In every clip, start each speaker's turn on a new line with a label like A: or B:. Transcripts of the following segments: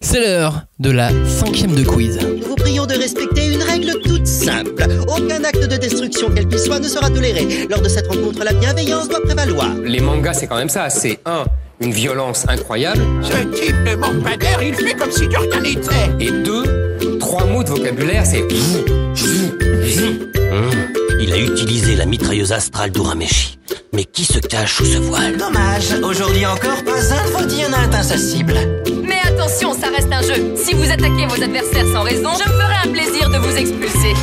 A: C'est l'heure de la cinquième de quiz.
B: Nous vous prions de respecter une règle toute simple. Aucun acte de destruction, quel qu'il soit, ne sera toléré. Lors de cette rencontre, la bienveillance doit prévaloir.
C: Les mangas, c'est quand même ça. C'est un, une violence incroyable.
D: Ce type ne manque pas d'air, il fait comme si de rien n'était.
C: Et deux, trois mots de vocabulaire, c'est vous, vous, vous.
E: Il a utilisé la mitrailleuse astrale d'Urameshi. Mais qui se cache sous ce voile
F: Dommage, aujourd'hui encore, pas un fauteuil n'a atteint sa cible.
G: Mais attention, ça reste un jeu. Si vous attaquez vos adversaires sans raison, je me ferai un plaisir de vous expulser.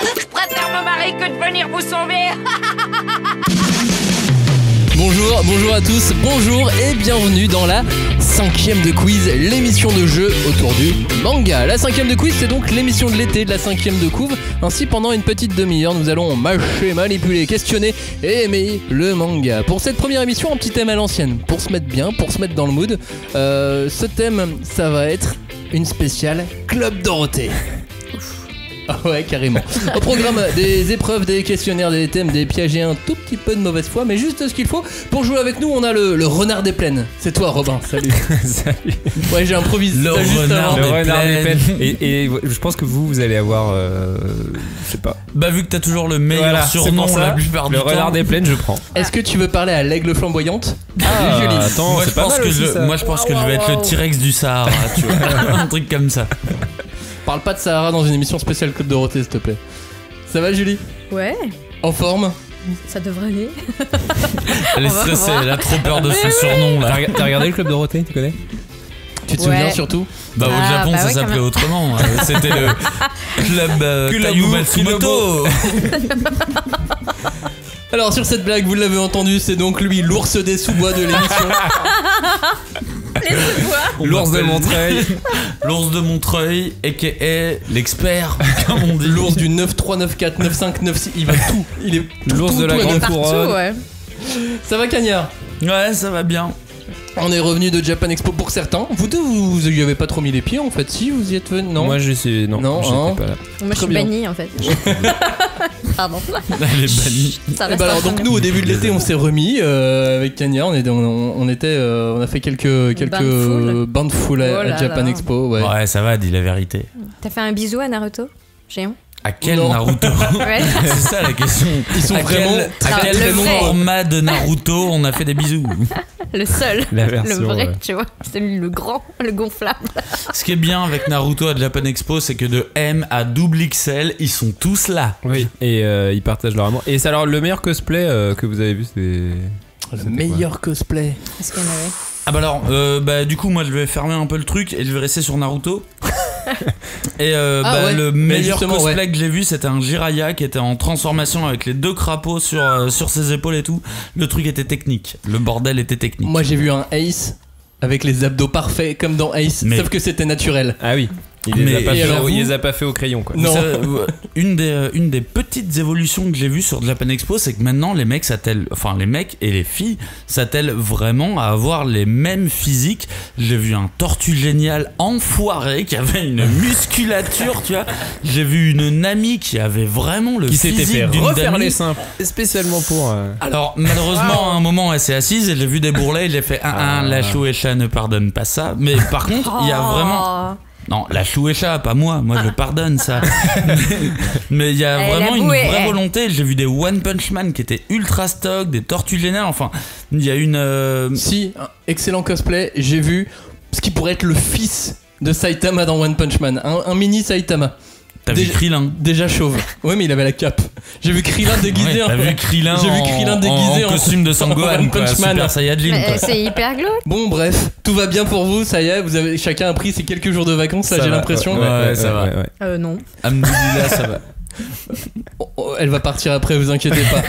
G: je préfère me marier que de venir vous sauver.
A: Bonjour, bonjour à tous, bonjour et bienvenue dans la cinquième de quiz, l'émission de jeu autour du manga. La cinquième de quiz, c'est donc l'émission de l'été de la cinquième de couve. Ainsi, pendant une petite demi-heure, nous allons mâcher, manipuler, questionner et aimer le manga. Pour cette première émission, un petit thème à l'ancienne, pour se mettre bien, pour se mettre dans le mood. Euh, ce thème, ça va être une spéciale Club Dorothée. Ah ouais, carrément. Au programme, des épreuves, des questionnaires, des thèmes, des pièges et un tout petit peu de mauvaise foi, mais juste ce qu'il faut. Pour jouer avec nous, on a le, le renard des plaines. C'est toi, Robin. Salut.
H: Salut.
A: Ouais, j'ai improvisé.
H: Le
A: ça juste
H: renard
A: avant.
H: des
I: Le renard des
H: plaines.
I: plaines. Et, et je pense que vous, vous allez avoir. euh, je sais pas.
H: Bah vu que t'as toujours le meilleur
I: Voilà, c'est
H: surnom
I: pour ça,
H: la plupart
I: Le
H: du temps.
I: renard des plaines, je prends.
A: Est-ce que tu veux parler à l'aigle flamboyante
I: Ah,
A: Salut, Julie.
I: attends,
H: euh, moi, je
I: c'est pas
H: pense
I: mal
H: que
I: aussi,
H: je,
I: ça.
H: moi je pense que je vais être le T-Rex du Sahara, tu vois. un truc comme ça.
A: Parle pas de Sahara dans une émission spéciale Club Dorothée, s'il te plaît. Ça va, Julie
J: Ouais,
A: En forme
J: ça devrait aller.
H: Elle est
J: On va
H: stressée,
J: voir.
H: elle a trop peur de son surnom
I: T'as
H: là.
I: rega- t'as regardé le club Dorothée, tu connais
A: Tu te
J: Ouais.
A: souviens surtout
H: Bah
J: Ah,
H: au Japon
J: bah
H: ça
J: ouais, quand
H: s'appelait
J: même.
H: autrement. euh, C'était le club euh,
I: Club
H: Tayu
I: Club
H: Matsumoto.
A: Alors, sur cette blague, vous l'avez entendu, c'est donc lui, l'ours des sous-bois de l'émission.
H: On
I: L'ours de
H: m'appelle
I: Montreuil.
H: L'ours de Montreuil, a.k.a. l'expert, comme on dit.
A: L'ours du 9394 9596, il va tout. Il est tout,
I: L'ours
A: tout,
I: de la
A: tout à
I: Grande
A: neuf.
I: Couronne.
J: Tout, ouais.
A: Ça va, Cagnard
H: Ouais, ça va bien.
A: On est revenu de Japan Expo pour certains. Vous deux, vous, vous y avez pas trop mis les pieds en fait. Si vous y êtes venus, non
I: Moi, je suis. Non,
A: Non,
I: j'étais
A: hein.
I: pas là.
J: Moi, je
A: Très
J: suis
A: bien.
J: bannie en fait. Pardon.
H: Elle est bannie.
J: Ça
A: Eh
J: reste
A: ben
J: un
A: alors, donc
J: jeu.
A: nous au début de l'été on s'est remis euh, avec Kanya, on, est- on, on était, euh, on a fait quelques quelques
J: Bain de foule.
A: bains de foule à,
J: Oh
A: à
J: là
A: Japan
J: là.
A: Expo. Ouais.
H: Ouais, ça va, dis la vérité.
J: T'as fait un bisou à Naruto Géant
H: À quel
A: Non.
H: Naruto
J: Ouais.
H: C'est ça la question.
A: Ils sont
H: à
A: vraiment
H: quel,
J: très
H: à quel
J: le vrai.
H: format de Naruto on a fait des bisous
J: Le seul.
I: La
J: Le
I: version. euh,
J: vrai,
I: ouais.
J: tu vois. C'est lui le grand, le gonflable.
H: Ce qui est bien avec Naruto à Japan Expo, c'est que de M à double XL, ils sont tous là.
I: Oui. Et euh, ils partagent leur amour. Et ça, alors, le meilleur cosplay euh, que vous avez vu, c'est.
A: Le
I: C'était
A: meilleur cosplay.
J: Est-ce qu'il y en avait
H: Ah bah alors, euh, bah du coup, moi je vais fermer un peu le truc et je vais rester sur Naruto. et euh,
A: Ah
H: bah,
A: ouais,
H: le
A: mais
H: meilleur
A: justement,
H: cosplay que j'ai vu, c'était un Jiraya qui était en transformation avec les deux crapauds sur, euh, sur ses épaules et tout. Le truc était technique. Le bordel était technique.
A: Moi j'ai vu un Ace avec les abdos parfaits comme dans Ace,
H: Mais-
A: sauf que c'était naturel.
I: Ah oui. Il les,
H: Mais-
I: a pas
A: et
I: fait,
A: alors,
I: il
A: vous
I: les a pas fait au crayon, quoi.
A: Non.
H: Vous savez, euh, une, des, euh, une des petites évolutions que j'ai vues sur Japan Expo, c'est que maintenant les mecs s'attellent, enfin les mecs et les filles s'attellent vraiment à avoir les mêmes physiques. J'ai vu un tortue génial enfoiré qui avait une musculature, tu vois. J'ai vu une Nami qui avait vraiment le
I: Qui s'était
H: physique
I: fait
H: d'une
I: refaire
H: Nami.
I: les seins spécialement pour. euh,
H: Alors malheureusement à un moment elle s'est assise et j'ai vu des bourrelets et j'ai fait ah, ah
I: Ah.
H: la chouécha ne pardonne pas ça mais par contre il y a
J: Oh.
H: vraiment non, la chouécha, pas moi. Moi, je pardonne ça. Mais il y a
J: Eh,
H: vraiment
J: la
H: une
J: bouée,
H: vraie
J: eh.
H: volonté. J'ai vu des One Punch Man qui étaient ultra stock, des Tortues Géniales. Enfin, il y a une. euh,
A: Si, un excellent cosplay, j'ai vu ce qui pourrait être le fils de Saitama dans One Punch Man, un, un mini Saitama,
H: T'as vu
A: Déjà-
H: Krillin
A: déjà chauve. Ouais mais il avait la cape. J'ai vu Krillin
H: Ouais,
A: déguisé. en-
H: T'as vu Krillin
A: J'ai vu
H: en-
A: Krillin
H: en-
A: déguisé
H: en,
A: en-
H: costume de
A: en
H: Sangohan,
A: One
H: quoi,
A: Punch Man.
H: Super Saiyajin.
J: Mais euh,
H: quoi.
J: C'est hyper glauque.
A: Bon bref, tout va bien pour vous, ça y est, vous avez chacun a pris ses quelques jours de vacances, là
I: ça
A: j'ai
I: va,
A: l'impression.
H: Ouais, ça va.
I: ouais.
J: Euh, non.
H: Alhamdoulilah, ça va.
A: Oh, oh, elle va partir après, vous inquiétez pas.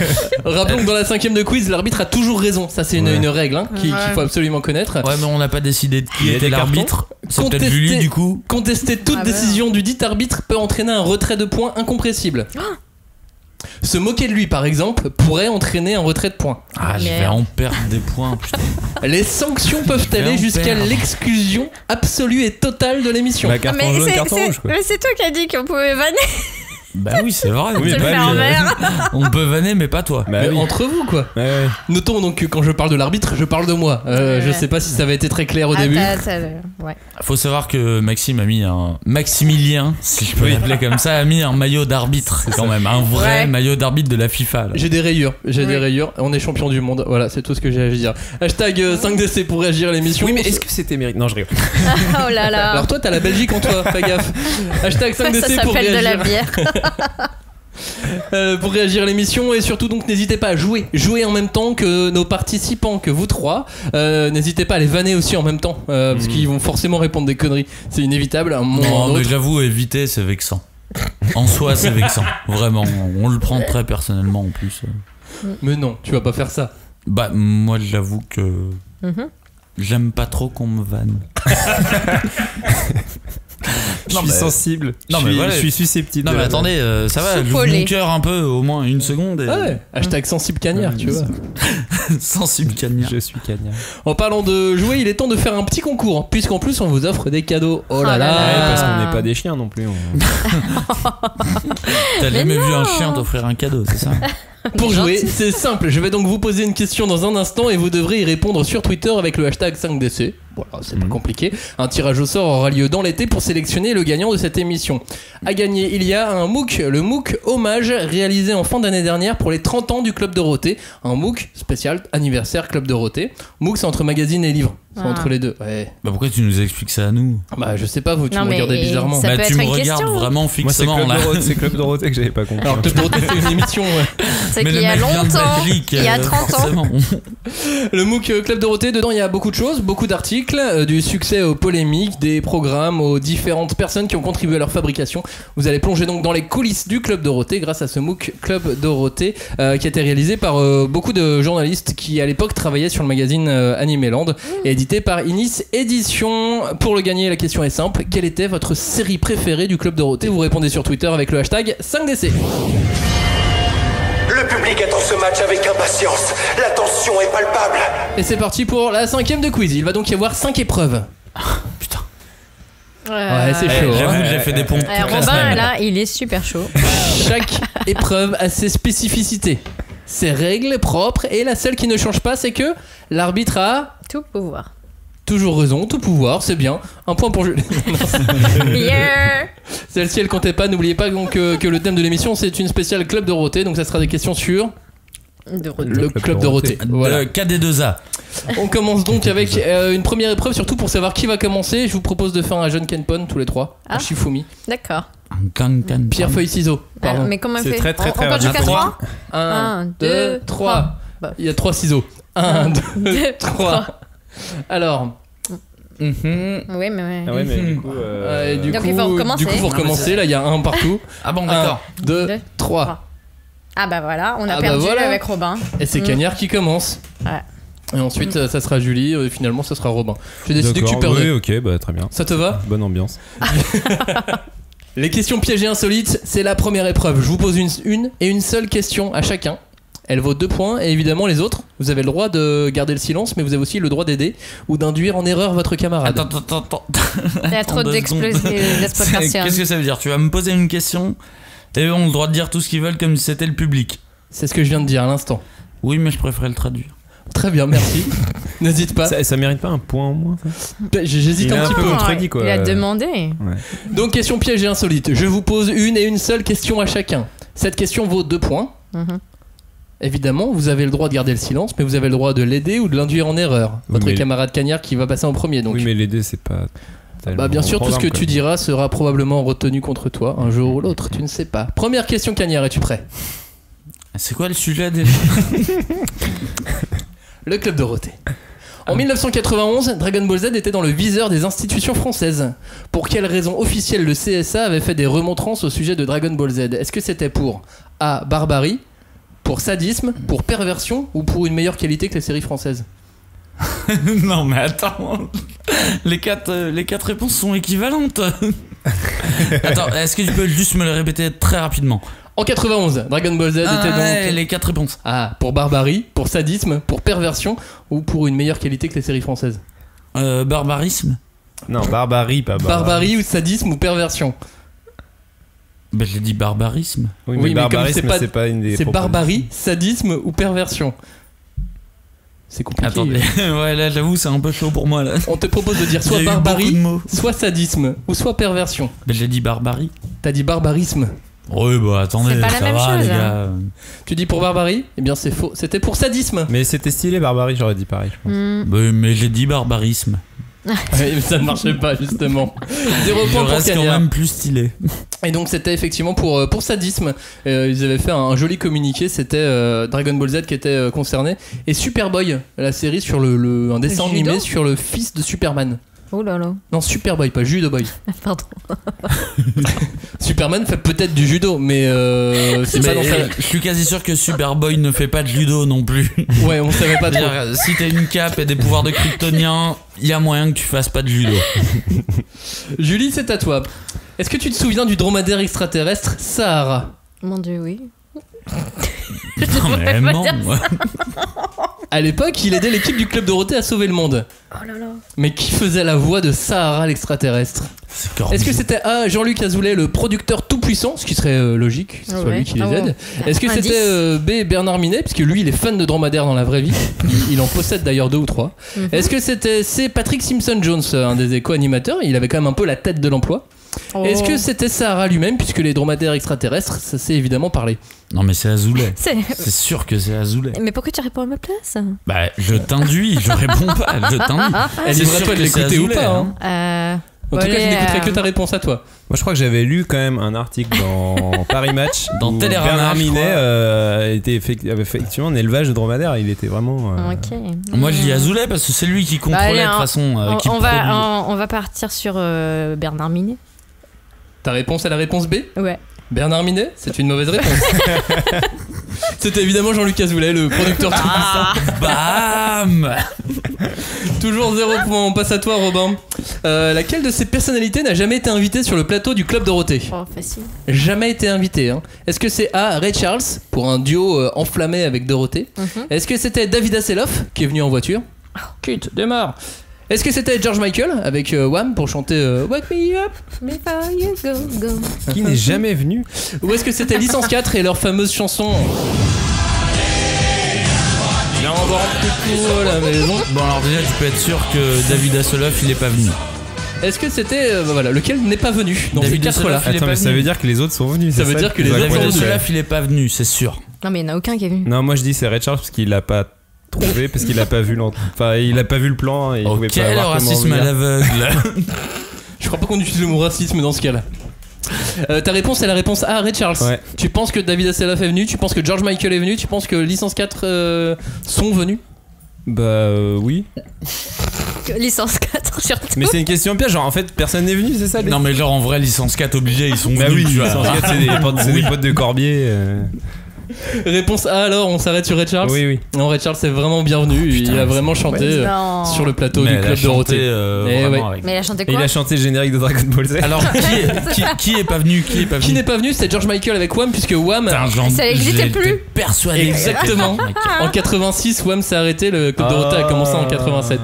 A: Rappelons que dans la cinquième de quiz, l'arbitre a toujours raison, ça c'est une,
I: Ouais.
A: une règle hein, qui- qu'il
J: Ouais.
A: faut absolument connaître.
H: Ouais, mais on n'a pas décidé de
I: Il
H: qui
I: y a
H: était
I: des cartons
H: l'arbitre. C'est peut-être
A: Contesté.
H: Julie, du coup.
A: Contester toute
J: Ah bah.
A: décision du dit arbitre peut entraîner un retrait de points incompressible.
J: Ah.
A: Se moquer de lui par exemple pourrait entraîner un retrait de points.
H: Ah, je vais
J: Merde.
H: en perdre des points. putain.
A: Les sanctions peuvent
H: vais
A: aller
H: en
A: jusqu'à
H: perdre.
A: l'exclusion absolue et totale de l'émission.
J: Ah,
I: Bah, carton jaune, carton rouge, quoi.
J: mais c'est toi qui as dit qu'on pouvait vanner.
H: Bah oui, c'est vrai.
I: Oui,
J: se
I: bah
J: le fait en
I: oui.
J: mer.
H: On peut vanner, mais pas toi.
I: Bah
A: Mais
I: oui.
A: entre vous, quoi.
I: Ouais, ouais.
A: Notons donc que quand je parle de l'arbitre, je parle de moi. Euh,
J: Ouais.
A: Je sais pas si ça avait été très clair au
J: Ah,
A: début.
J: t'as- t'as- ouais.
H: Faut savoir que Maxime a mis un Maximilien, si je peux l'appeler comme ça, a mis un maillot d'arbitre quand même, un vrai
J: Ouais.
H: maillot d'arbitre de la FIFA. là.
A: J'ai des rayures, j'ai
J: Oui.
A: des rayures, on est champion du monde, voilà, c'est tout ce que j'ai à dire. Hashtag 5DC pour réagir à l'émission.
I: Oui, mais est-ce que c'était mérité Non, je rigole.
J: Oh là là.
A: Alors toi, t'as la Belgique en toi, fais gaffe. Hashtag
J: Ça
A: 5DC pour
J: s'appelle
A: réagir.
J: de la bière.
A: Euh, pour réagir à l'émission et surtout donc n'hésitez pas à jouer jouer en même temps que nos participants que vous trois Euh, n'hésitez pas à les vanner aussi en même temps euh,
I: Mhm.
A: parce qu'ils vont forcément répondre des conneries c'est inévitable à un moment ou à un
H: Non, mais
A: autre.
H: j'avoue, éviter, c'est vexant. En soi, c'est vexant. Vraiment, on le prend très personnellement en plus.
A: mais non tu vas pas faire ça
H: Bah, moi, j'avoue que
J: Mhm.
H: j'aime pas trop qu'on me vanne.
I: je suis sensible.
H: Non,
I: je,
H: mais
I: suis,
H: voilà.
I: je suis susceptible.
H: Non,
I: de
H: mais
I: la-
H: attendez, euh, ça va,
J: Sous
H: j'ouvre
J: polé.
H: mon cœur un peu, au moins une seconde.
I: Euh,
H: Et...
A: Ah ouais, hashtag sensible cagnard tu vois
H: Sensible cagnard.
I: Je suis
A: Euh,
I: cagnard.
A: en parlant de jouer il est temps de faire un petit concours puisqu'en plus on vous offre des cadeaux oh
J: Oh là
A: là
J: là.
I: Ouais,
A: là
I: parce qu'on
J: Ah.
I: n'est pas des chiens non plus. on-
J: Mais
H: T'as jamais vu un
J: non.
H: chien t'offrir un cadeau, c'est ça
A: Pour
J: Gentil.
A: jouer, c'est simple. Je vais donc vous poser une question dans un instant et vous devrez y répondre sur Twitter avec le hashtag 5DC. Voilà, c'est
I: Mhm.
A: pas compliqué. Un tirage au sort aura lieu dans l'été pour sélectionner le gagnant de cette émission. À gagner, il y a un MOOC, le MOOC Hommage, réalisé en fin d'année dernière pour les 30 ans du Club Dorothée. Un MOOC spécial anniversaire Club Dorothée. MOOC, c'est entre magazine et livre. C'est
J: Ah.
A: entre les deux. Ouais.
H: Bah, pourquoi tu nous expliques ça à nous
A: Bah, je sais pas, vous, tu
J: Non,
A: me
J: mais-
A: regardez bizarrement.
J: Ça
H: Bah,
J: peut
H: tu
J: être
H: me
J: une
H: regardes
J: question.
H: vraiment
I: Moi, c'est
H: fixement
I: Club,
H: là.
I: Dorothée- c'est Club Dorothée que j'avais pas compris.
A: Alors, Club Dorothée, c'est une émission. ouais.
J: C'est
H: Mais
J: qu'il
H: le
J: y a
H: mec vient de
J: longtemps.
H: Belgique,
J: Il y a
H: euh,
J: 30 ans.
H: forcément.
A: Le MOOC euh, Club Dorothée, dedans il y a beaucoup de choses, beaucoup d'articles, euh, du succès aux polémiques, des programmes, aux différentes personnes qui ont contribué à leur fabrication. Vous allez plonger donc dans les coulisses du Club Dorothée grâce à ce MOOC Club Dorothée euh, qui a été réalisé par euh, beaucoup de journalistes qui à l'époque travaillaient sur le magazine euh, Animeland et édité par Inis Édition. Pour le gagner, la question est simple. Quelle était votre série préférée du Club Dorothée Vous répondez sur Twitter avec le hashtag 5DC.
F: Le public attend ce match avec impatience. La tension est palpable.
A: Et c'est parti pour la cinquième de quiz. Il va donc y avoir cinq épreuves.
H: Putain.
A: Ouais, c'est
H: Eh,
A: chaud. hein.
H: J'avoue que j'ai fait des pompes toute
J: Eh,
H: la
J: Robin,
H: semaine.
J: là, il est super chaud.
A: Chaque épreuve a ses spécificités, ses règles propres, et la seule qui ne change pas, c'est que l'arbitre a
J: Tout pouvoir.
A: toujours raison, tout pouvoir, c'est bien. Un point pour Julie. Non, c'est-
H: Euh.
J: Yeah
A: Celle-ci, elle comptait pas. N'oubliez pas donc euh, que, que le thème de l'émission, c'est une spéciale Club Dorothée, donc ça sera des questions sur
J: De re-
A: le, Club,
H: Euh,
A: Dorothée. Voilà.
H: Le KD2A.
A: On commence donc avec euh, une première épreuve, surtout pour savoir qui va commencer. Je vous propose de faire un jeune Kenpon, tous les trois, un
J: Ah.
A: Shifumi.
J: D'accord.
H: Un Gankan.
A: Pierre, feuille, ciseaux. Pardon.
J: Alors, Mais comment on
I: C'est
J: fait
I: très, très,
J: On-
I: très
J: On compte jusqu'à
H: rapide.
J: 3
A: Un,
J: Un,
A: deux,
J: deux,
A: trois.
J: trois.
A: Il y a trois ciseaux. Un, deux,
J: deux,
A: trois. Alors.
H: Mhm.
J: Oui, mais ouais.
I: Ah ouais, mais du
H: Mhm.
I: coup.
A: Ouais,
I: euh,
A: et du
J: Donc,
A: coup,
J: il faut recommencer.
A: Du coup, faut
J: Non, mais
A: recommencer. Là, il y a un partout.
H: Ah bon,
A: un,
H: d'accord.
A: deux,
J: Deux,
A: trois.
J: trois. Ah bah voilà, on a
A: Ah bah
J: perdu
A: voilà.
J: avec Robin.
A: Et c'est
J: Mm.
A: Cagnard qui commence.
J: Ouais.
A: Et ensuite, euh, ça sera Julie. Et finalement, ça sera Robin. J'ai décidé que
I: d'accord,
A: tu perdais.
I: Oui, ok, bah très bien.
A: Ça te va
I: Bonne ambiance.
A: Les questions piégées insolites, c'est la première épreuve. Je vous pose une, une et une seule question à chacun. Elle vaut deux points et évidemment les autres, vous avez le droit de garder le silence, mais vous avez aussi le droit d'aider ou d'induire en erreur votre camarade.
H: Attends, attends, attends.
J: Il y a trop
H: deux
J: d'explos-
H: secondes. C'est-
J: d'exploitation.
H: Qu'est-ce que ça veut dire Tu vas me poser une question et eux ont le droit de dire tout ce qu'ils veulent comme si c'était le public.
A: C'est ce que je viens de dire à l'instant.
H: Oui, mais je préférais le traduire.
A: Très bien, merci. N'hésite pas.
I: Ça, ça mérite pas un point en moins ça
A: J'hésite
I: Il
A: un
I: a
A: petit
I: un
A: peu.
I: peu contredit, quoi.
J: Il a demandé.
A: Donc question piège et insolite. Je vous pose une et une seule question à chacun. Cette question vaut deux points.
J: Mhm.
A: Évidemment, vous avez le droit de garder le silence, mais vous avez le droit de l'aider ou de l'induire en erreur.
I: Oui,
A: Votre
I: mais-
A: camarade Cagnard qui va passer en premier. Donc,
I: Oui, mais les dés, c'est pas.
A: bah, bien sûr, tout ce que tu diras sera probablement retenu contre toi un jour ou l'autre. Tu ne sais pas. Première question Cagnard, es-tu prêt
H: C'est quoi le sujet déjà
A: Le Club Dorothée. En 1991, Dragon Ball Z était dans le viseur des institutions françaises. Pour quelle raison officielle le CSA avait fait des remontrances au sujet de Dragon Ball Z Est-ce que c'était pour A. Barbarie Pour sadisme Pour perversion Ou pour une meilleure qualité que les séries françaises
H: Non, mais attends. Les quatre, euh, les quatre réponses sont équivalentes. Attends, est-ce que tu peux juste me le répéter très rapidement
A: En 91, Dragon Ball Z était
H: Ah,
A: donc...
H: ouais, Les quatre réponses.
A: A. Pour barbarie Pour sadisme Pour perversion Ou pour une meilleure qualité que les séries françaises
H: Euh, barbarisme
I: Non, barbarie, pas barbarie.
A: Barbarie ou sadisme ou perversion
H: Bah, j'ai dit barbarisme.
A: Oui,
I: Oui,
A: mais comme
I: barbarisme,
A: c'est pas-
I: c'est pas une des.
A: C'est
I: propositions.
A: barbarie, sadisme ou perversion. C'est compliqué.
H: Attendez, ouais, là, j'avoue, c'est un peu chaud pour moi, là.
A: On te propose de dire
H: J'ai
A: soit
H: eu beaucoup de
A: barbarie,
H: mots.
A: soit sadisme, ou soit perversion.
H: Bah, j'ai dit barbarie.
A: T'as dit barbarisme.
H: Oui, bah, attendez,
J: C'est pas la
H: ça
J: même
H: va,
J: chose, hein.
H: les gars.
A: Tu dis pour barbarie Eh bien c'est faux. C'était pour sadisme.
I: Mais c'était stylé, barbarie, j'aurais dit pareil. je pense.
J: Hmm.
H: Bah, mais j'ai dit barbarisme.
A: Ouais, mais ça ne marchait pas justement. Zéro
H: Je
A: point pour
H: reste quand
A: Cagnard.
H: même plus stylé.
A: Et donc c'était effectivement pour, euh, pour sadisme. Euh, ils avaient fait un, un joli communiqué, c'était euh, Dragon Ball Z qui était euh, concerné. Et Superboy, la série sur le, le- un dessin
J: Le judo
A: animé sur le fils de Superman.
J: Oh là là,
A: Non, Superboy, pas Judo Boy.
J: pardon.
A: Superman fait peut-être du judo, mais euh, c'est pas
H: Mais,
A: dans
H: euh, je suis quasi sûr que Superboy ne fait pas de judo non plus.
A: sa... Ouais, on savait pas trop.
H: C'est-à-dire, euh, si t'as une cape et des pouvoirs de kryptonien, il y a moyen que tu fasses pas de judo.
A: Julie, c'est à toi. Est-ce que tu te souviens du dromadaire extraterrestre Sahara
J: Mon dieu, oui.
H: Non, mais
J: pas
H: non,
J: dire
H: moi.
A: À l'époque, il aidait l'équipe du club Dorothée à sauver le monde.
J: Oh là là.
A: Mais qui faisait la voix de Sahara l'extraterrestre
H: C'est corps-
A: Est-ce que c'était A, Jean-Luc Azoulay, le producteur tout-puissant, ce qui serait euh, logique, que ce soit
J: Ouais.
A: lui qui les
J: Ah
A: aide
J: ouais.
A: Est-ce que
J: Indice.
A: c'était euh, B, Bernard Minet, puisque lui, il est fan de dromadaire dans la vraie vie, il, il en possède d'ailleurs deux ou trois.
J: Mhm.
A: Est-ce que c'était C, Patrick Simpson-Jones, euh, un des co-animateurs, il avait quand même un peu la tête de l'emploi
J: Oh.
A: Est-ce que c'était Sahara lui-même, puisque les dromadaires extraterrestres, ça s'est évidemment parlé
H: Non, mais c'est Azoulay.
J: c'est...
H: C'est sûr que c'est Azoulay.
J: Mais pourquoi tu réponds à ma place
H: Bah, je t'induis, je réponds pas, je
A: Elle
H: t'induis. Ah, C'est
A: est vraie,
H: sûr
A: toi,
H: que
A: de
H: c'est
A: l'écouter ou
H: Azoulay,
A: pas hein.
J: Euh,
A: En tout cas, je
J: Allez,
A: n'écouterai
J: euh,
A: que ta réponse à toi.
I: Moi, je crois que j'avais lu quand même un article dans Paris Match.
H: Dans
I: où
H: Télérama,
I: Bernard
H: je crois.
I: Minet euh, était effect- avait effectivement un élevage de dromadaire. Il était vraiment. euh,
J: Ok.
H: Moi, je dis Azoulay parce que c'est lui qui contrôlait
J: allez,
H: de toute
J: on-
H: façon. euh,
J: On,
H: qui
J: on
H: produit.
J: va, on, on va partir sur euh, Bernard Minet.
A: Ta réponse à la réponse B
J: Ouais.
A: Bernard Minet C'est une mauvaise réponse. C'était évidemment Jean-Luc Azoulay, le producteur tout
H: Ah. Bam
A: Toujours zéro point, on passe à toi Robin. Euh, laquelle de ces personnalités n'a jamais été invitée sur le plateau du Club Dorothée
J: Oh, facile.
A: Jamais été invitée. hein. Est-ce que c'est A, Ray Charles, pour un duo euh, enflammé avec Dorothée
J: Mhm.
A: Est-ce que c'était David Asseloff, qui est venu en voiture
H: Oh.
A: Quitte, démarre Est-ce que c'était George Michael, avec euh, Wham, pour chanter euh, Wake Me Up
J: Before you go, go.
I: Qui n'est jamais venu.
A: Ou est-ce que c'était Licence 4 et leur fameuse chanson Viens voir un petit coup à la maison
H: Bon, alors déjà, tu peux être sûr que David Asseloff, il est pas venu.
A: Est-ce que c'était. euh, voilà, lequel n'est pas venu dans
H: David
A: ces quatre-là
H: Hasselhoff, Il est
I: Attends,
H: pas
I: mais ça
H: venu.
I: veut dire que les autres sont venus.
A: Ça
I: c'est
A: veut dire que les
I: Ouais,
A: autres
I: moi,
H: David
A: sont
I: je sais.
A: venus.
H: Asseloff, il est pas venu, c'est sûr.
J: Non, mais il n'y en a aucun qui est venu.
I: Non, moi je dis c'est Ray Charles parce qu'il l'a pas trouvé parce qu'il a pas vu l'ent- enfin il a pas vu le plan et il
H: Oh,
I: pouvait pas
H: quel
I: voir comment
H: racisme
I: venir.
H: à l'aveugle
A: Je crois pas qu'on utilise le mot racisme dans ce cas-là. Euh, ta réponse c'est la réponse A, Ray Charles.
I: Ouais.
A: Tu penses que David Asseloff est venu Tu penses que George Michael est venu Tu penses que Licence 4 euh, sont venus
I: Bah euh, oui.
J: Que- Licence 4 surtout.
I: Mais c'est une question piège genre en fait personne n'est venu, c'est ça les-
H: Non mais genre en vrai licence 4 obligé ils sont
I: Bah oui,
H: venus tu vois.
I: en fait, c'est des potes, c'est des potes de Corbier. euh.
A: Réponse A alors, on s'arrête sur Ray Charles
I: Oui oui.
A: Non, Ray Charles est vraiment bienvenu. il a vraiment chanté euh,
J: Non.
A: sur le plateau
H: Mais
A: du
H: elle a
A: Club
H: chanté,
A: Dorothée.
H: euh,
A: Eh
H: vraiment
A: ouais.
H: avec-
J: Mais il a chanté
I: Et il
J: quoi
I: a chanté le générique de Dragon Ball Z.
H: Alors qui est, qui, qui est pas venu qui est pas
A: Qui
H: venu
A: n'est pas venu C'était George Michael avec Wham, puisque Wham.
H: euh, Putain, j'en-
J: Ça existait
H: j'étais
J: plus.
H: Persuadé.
A: Exactement. en 86, Wham s'est arrêté, le Club
I: Ah.
A: Dorothée a commencé en 87.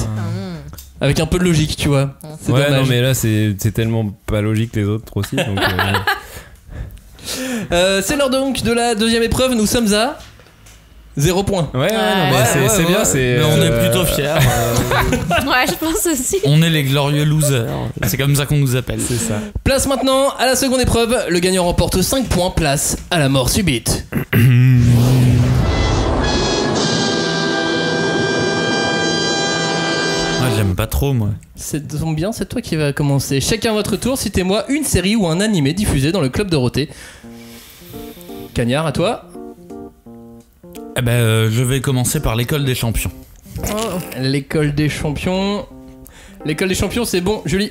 A: Avec un peu de logique, tu vois. C'est
I: Ouais,
A: dommage.
I: non mais là c'est c'est tellement pas logique les autres aussi donc euh,
A: Euh, c'est l'heure donc de la deuxième épreuve. Nous sommes à 0 point.
I: Ouais, ouais, non, mais
A: Ouais,
I: c'est
A: ouais,
I: c'est
A: ouais.
I: bien, c'est.
H: Mais on est
I: euh,
H: plutôt fiers.
J: Ouais, je pense aussi.
H: On est les glorieux losers. C'est comme ça qu'on nous appelle.
I: C'est ça.
A: Place maintenant à la seconde épreuve. Le gagnant remporte 5 points. Place à la mort subite.
H: Moi j'aime pas trop moi.
A: C'est ça tombe bien, c'est toi qui va commencer. Chacun votre tour, citez-moi une série ou un animé diffusé dans le club Dorothée. Cagnard, à toi.
H: Eh ben euh, je vais commencer par l'école des champions.
J: Oh.
A: L'école des champions. L'école des champions, c'est bon. Julie,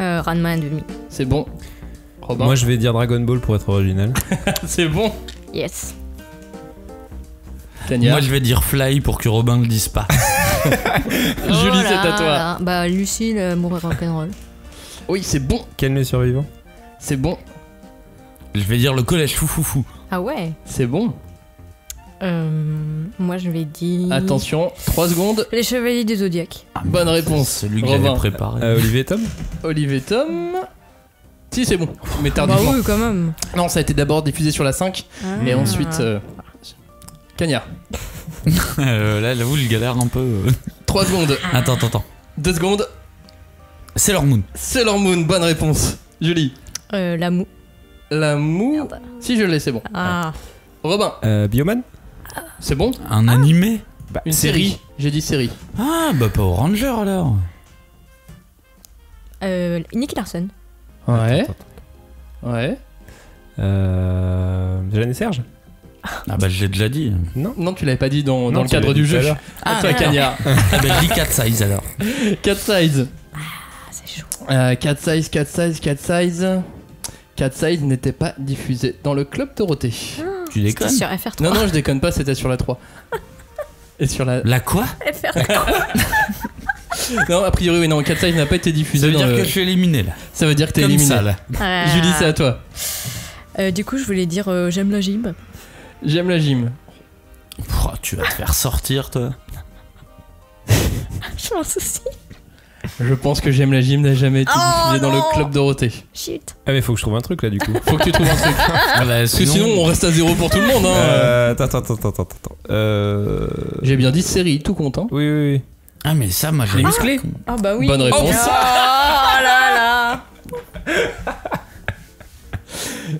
J: Euh, Ranma et demi.
A: c'est bon. Robin,
I: Moi je vais dire Dragon Ball pour être original.
A: c'est bon.
J: Yes.
A: Cagnard,
H: Moi je vais dire fly pour que Robin le dise pas.
A: Julie,
J: Oh là
A: c'est à toi.
J: là. Bah, Lucille, euh, mourir rock'n'roll.
A: Oui, c'est bon.
I: Quel le survivant
A: C'est bon.
H: je vais dire le collège foufoufou.
J: Ah ouais
A: C'est bon.
J: Euh, Moi, je vais dire.
A: Attention, 3 secondes.
J: Les Chevaliers du Zodiac.
H: Ah,
A: Bonne réponse.
H: Celui que
A: Robin. Euh,
H: j'avais préparé.
I: Euh, Olivier Tom
A: Olivier Tom. Si, c'est bon, mais
J: Bah
A: tardivement.
J: oui, quand même.
A: Non, ça a été d'abord diffusé sur la 5 et
J: Ah.
A: ensuite. euh, Cagnard.
H: Euh, là, j'avoue, il galère un peu. euh.
A: 3 secondes,
H: Attends, attends, attends.
A: 2 secondes,
H: Sailor Moon.
A: Sailor Moon, bonne réponse. Julie.
J: Euh, la mou.
A: L'amour.
G: Merde.
A: Si je l'ai, c'est bon.
J: Ah.
A: Robin,
I: Euh, Bioman
A: c'est bon
H: Un animé
A: Bah, Une série. J'ai dit série.
H: Ah, bah Power Ranger alors.
J: Euh, Nicky Larson.
A: Ouais. Ouais.
I: Euh. Jolene et Serge
H: Ah, bah je l'ai déjà dit.
A: Non, tu l'avais pas dit dans, dans
I: Non,
A: le
I: tu
A: cadre
I: l'as
A: du
I: dit tout
A: jeu.
I: à l'heure.
A: À toi,
H: d'accord.
A: Cagnard.
H: Ah, bah je dis 4 size alors.
A: 4 size.
J: Ah, c'est chaud.
A: Euh, 4 size, 4 size, 4 size. 4 size n'était pas diffusé dans le club Dorothée.
H: Tu déconnes
J: C'était sur FR3.
A: Non, non, je déconne pas, c'était sur la 3. Et sur la.
H: La quoi
J: FR3.
A: Non, a priori, oui, non, 4 size n'a pas été diffusé
H: Ça veut
A: dans
H: dire
A: le-
H: que je suis éliminé là.
A: Ça veut dire que t'es
H: Comme
A: éliminé.
H: ça là.
J: Ah.
A: Julie, c'est à toi.
J: Euh, du coup, je voulais dire euh, j'aime la gym.
A: J'aime la gym.
H: Oh, tu vas te faire sortir toi.
J: je m'en soucie.
A: Je pense que J'aime la gym n'a jamais été
J: Oh,
A: diffusé dans
J: non.
A: le club Dorothée.
J: Shit.
I: Ah, mais faut que je trouve un truc là du coup.
A: Faut que tu trouves un truc. Parce
H: Ah, bah,
A: que sinon, on reste à zéro pour tout le monde. Hein.
I: Euh, attends, attends, attends, attends, attends. Euh.
A: J'ai bien dit série, tout compte. hein.
I: Oui, oui, oui.
H: Ah, mais ça, moi j'ai.
I: musclés
J: Ah bah oui.
A: Bonne réponse.
J: Ah là là.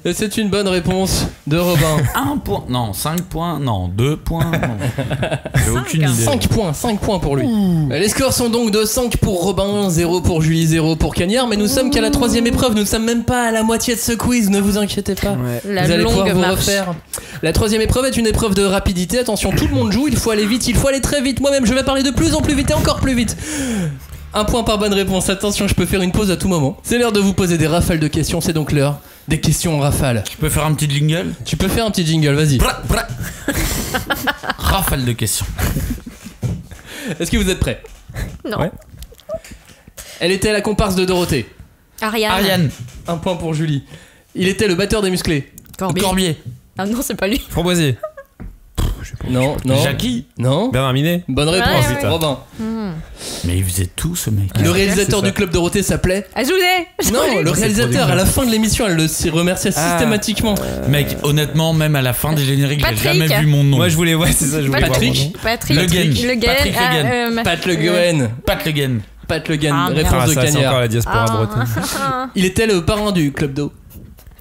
A: Et c'est une bonne réponse de Robin.
H: 1 point. Non, 5 points. Non, 2 points. non. J'ai aucune
J: hein.
H: idée.
A: 5 points, 5 points pour lui. Les scores sont donc de 5 pour Robin, 0 pour Julie, 0 pour Cagnard, mais nous sommes qu'à la troisième épreuve, nous ne sommes même pas à la moitié de ce quiz, ne vous inquiétez pas.
J: La
A: vous allez pouvoir
J: longue
A: vous
J: marche.
A: refaire. La troisième épreuve est une épreuve de rapidité. Attention, tout le monde joue. Il faut aller vite, il faut aller très vite. Moi-même, je vais parler de plus en plus vite et encore plus vite. Un point par bonne réponse. Attention, je peux faire une pause à tout moment. C'est l'heure de vous poser des rafales de questions. C'est donc l'heure des questions en rafale.
H: Tu peux faire un petit jingle
A: Tu peux faire un petit jingle, vas-y.
H: Bra, bra. Rafale de questions.
A: Est-ce que vous êtes prêts
J: Non.
I: Ouais.
A: Elle était la comparse de Dorothée.
J: Ariane.
H: Ariane,
A: Un point pour Julie. Il était le batteur des musclés.
J: Corbier.
H: Corbier,
J: Ah non, c'est pas lui.
I: Framboisier.
A: Non, non.
H: Jackie.
A: Non.
I: Bernard Minet.
A: Bonne réponse,
J: Ouais, ouais.
A: Robin.
H: Mais il faisait tout ce mec.
A: Le réalisateur
I: ça.
A: du club Dorothée s'appelait
J: Ah, Ajouté.
A: Non, le réalisateur, à la fin de l'émission, elle le s'y remerciait
J: Ah.
A: systématiquement.
H: Mec, honnêtement, même à la fin des génériques, j'ai
J: Patrick.
H: jamais vu mon nom.
I: Moi je voulais, ouais, c'est ça, je voulais voir
A: Patrick.
I: mon nom.
J: Patrick.
H: Le Guen.
J: Le Guen.
H: Patrick Le
J: Ah,
H: Guen.
J: euh, ma-
A: Pat Le Goen.
H: Pat Le Guen.
A: Pat Le Goen,
J: Ah, merde.
A: réponse
I: Ah,
A: de
I: ça, c'est encore
A: Cagnard.
I: la diaspora bretonne.
J: Ah.
A: Il était le parrain du club d'eau.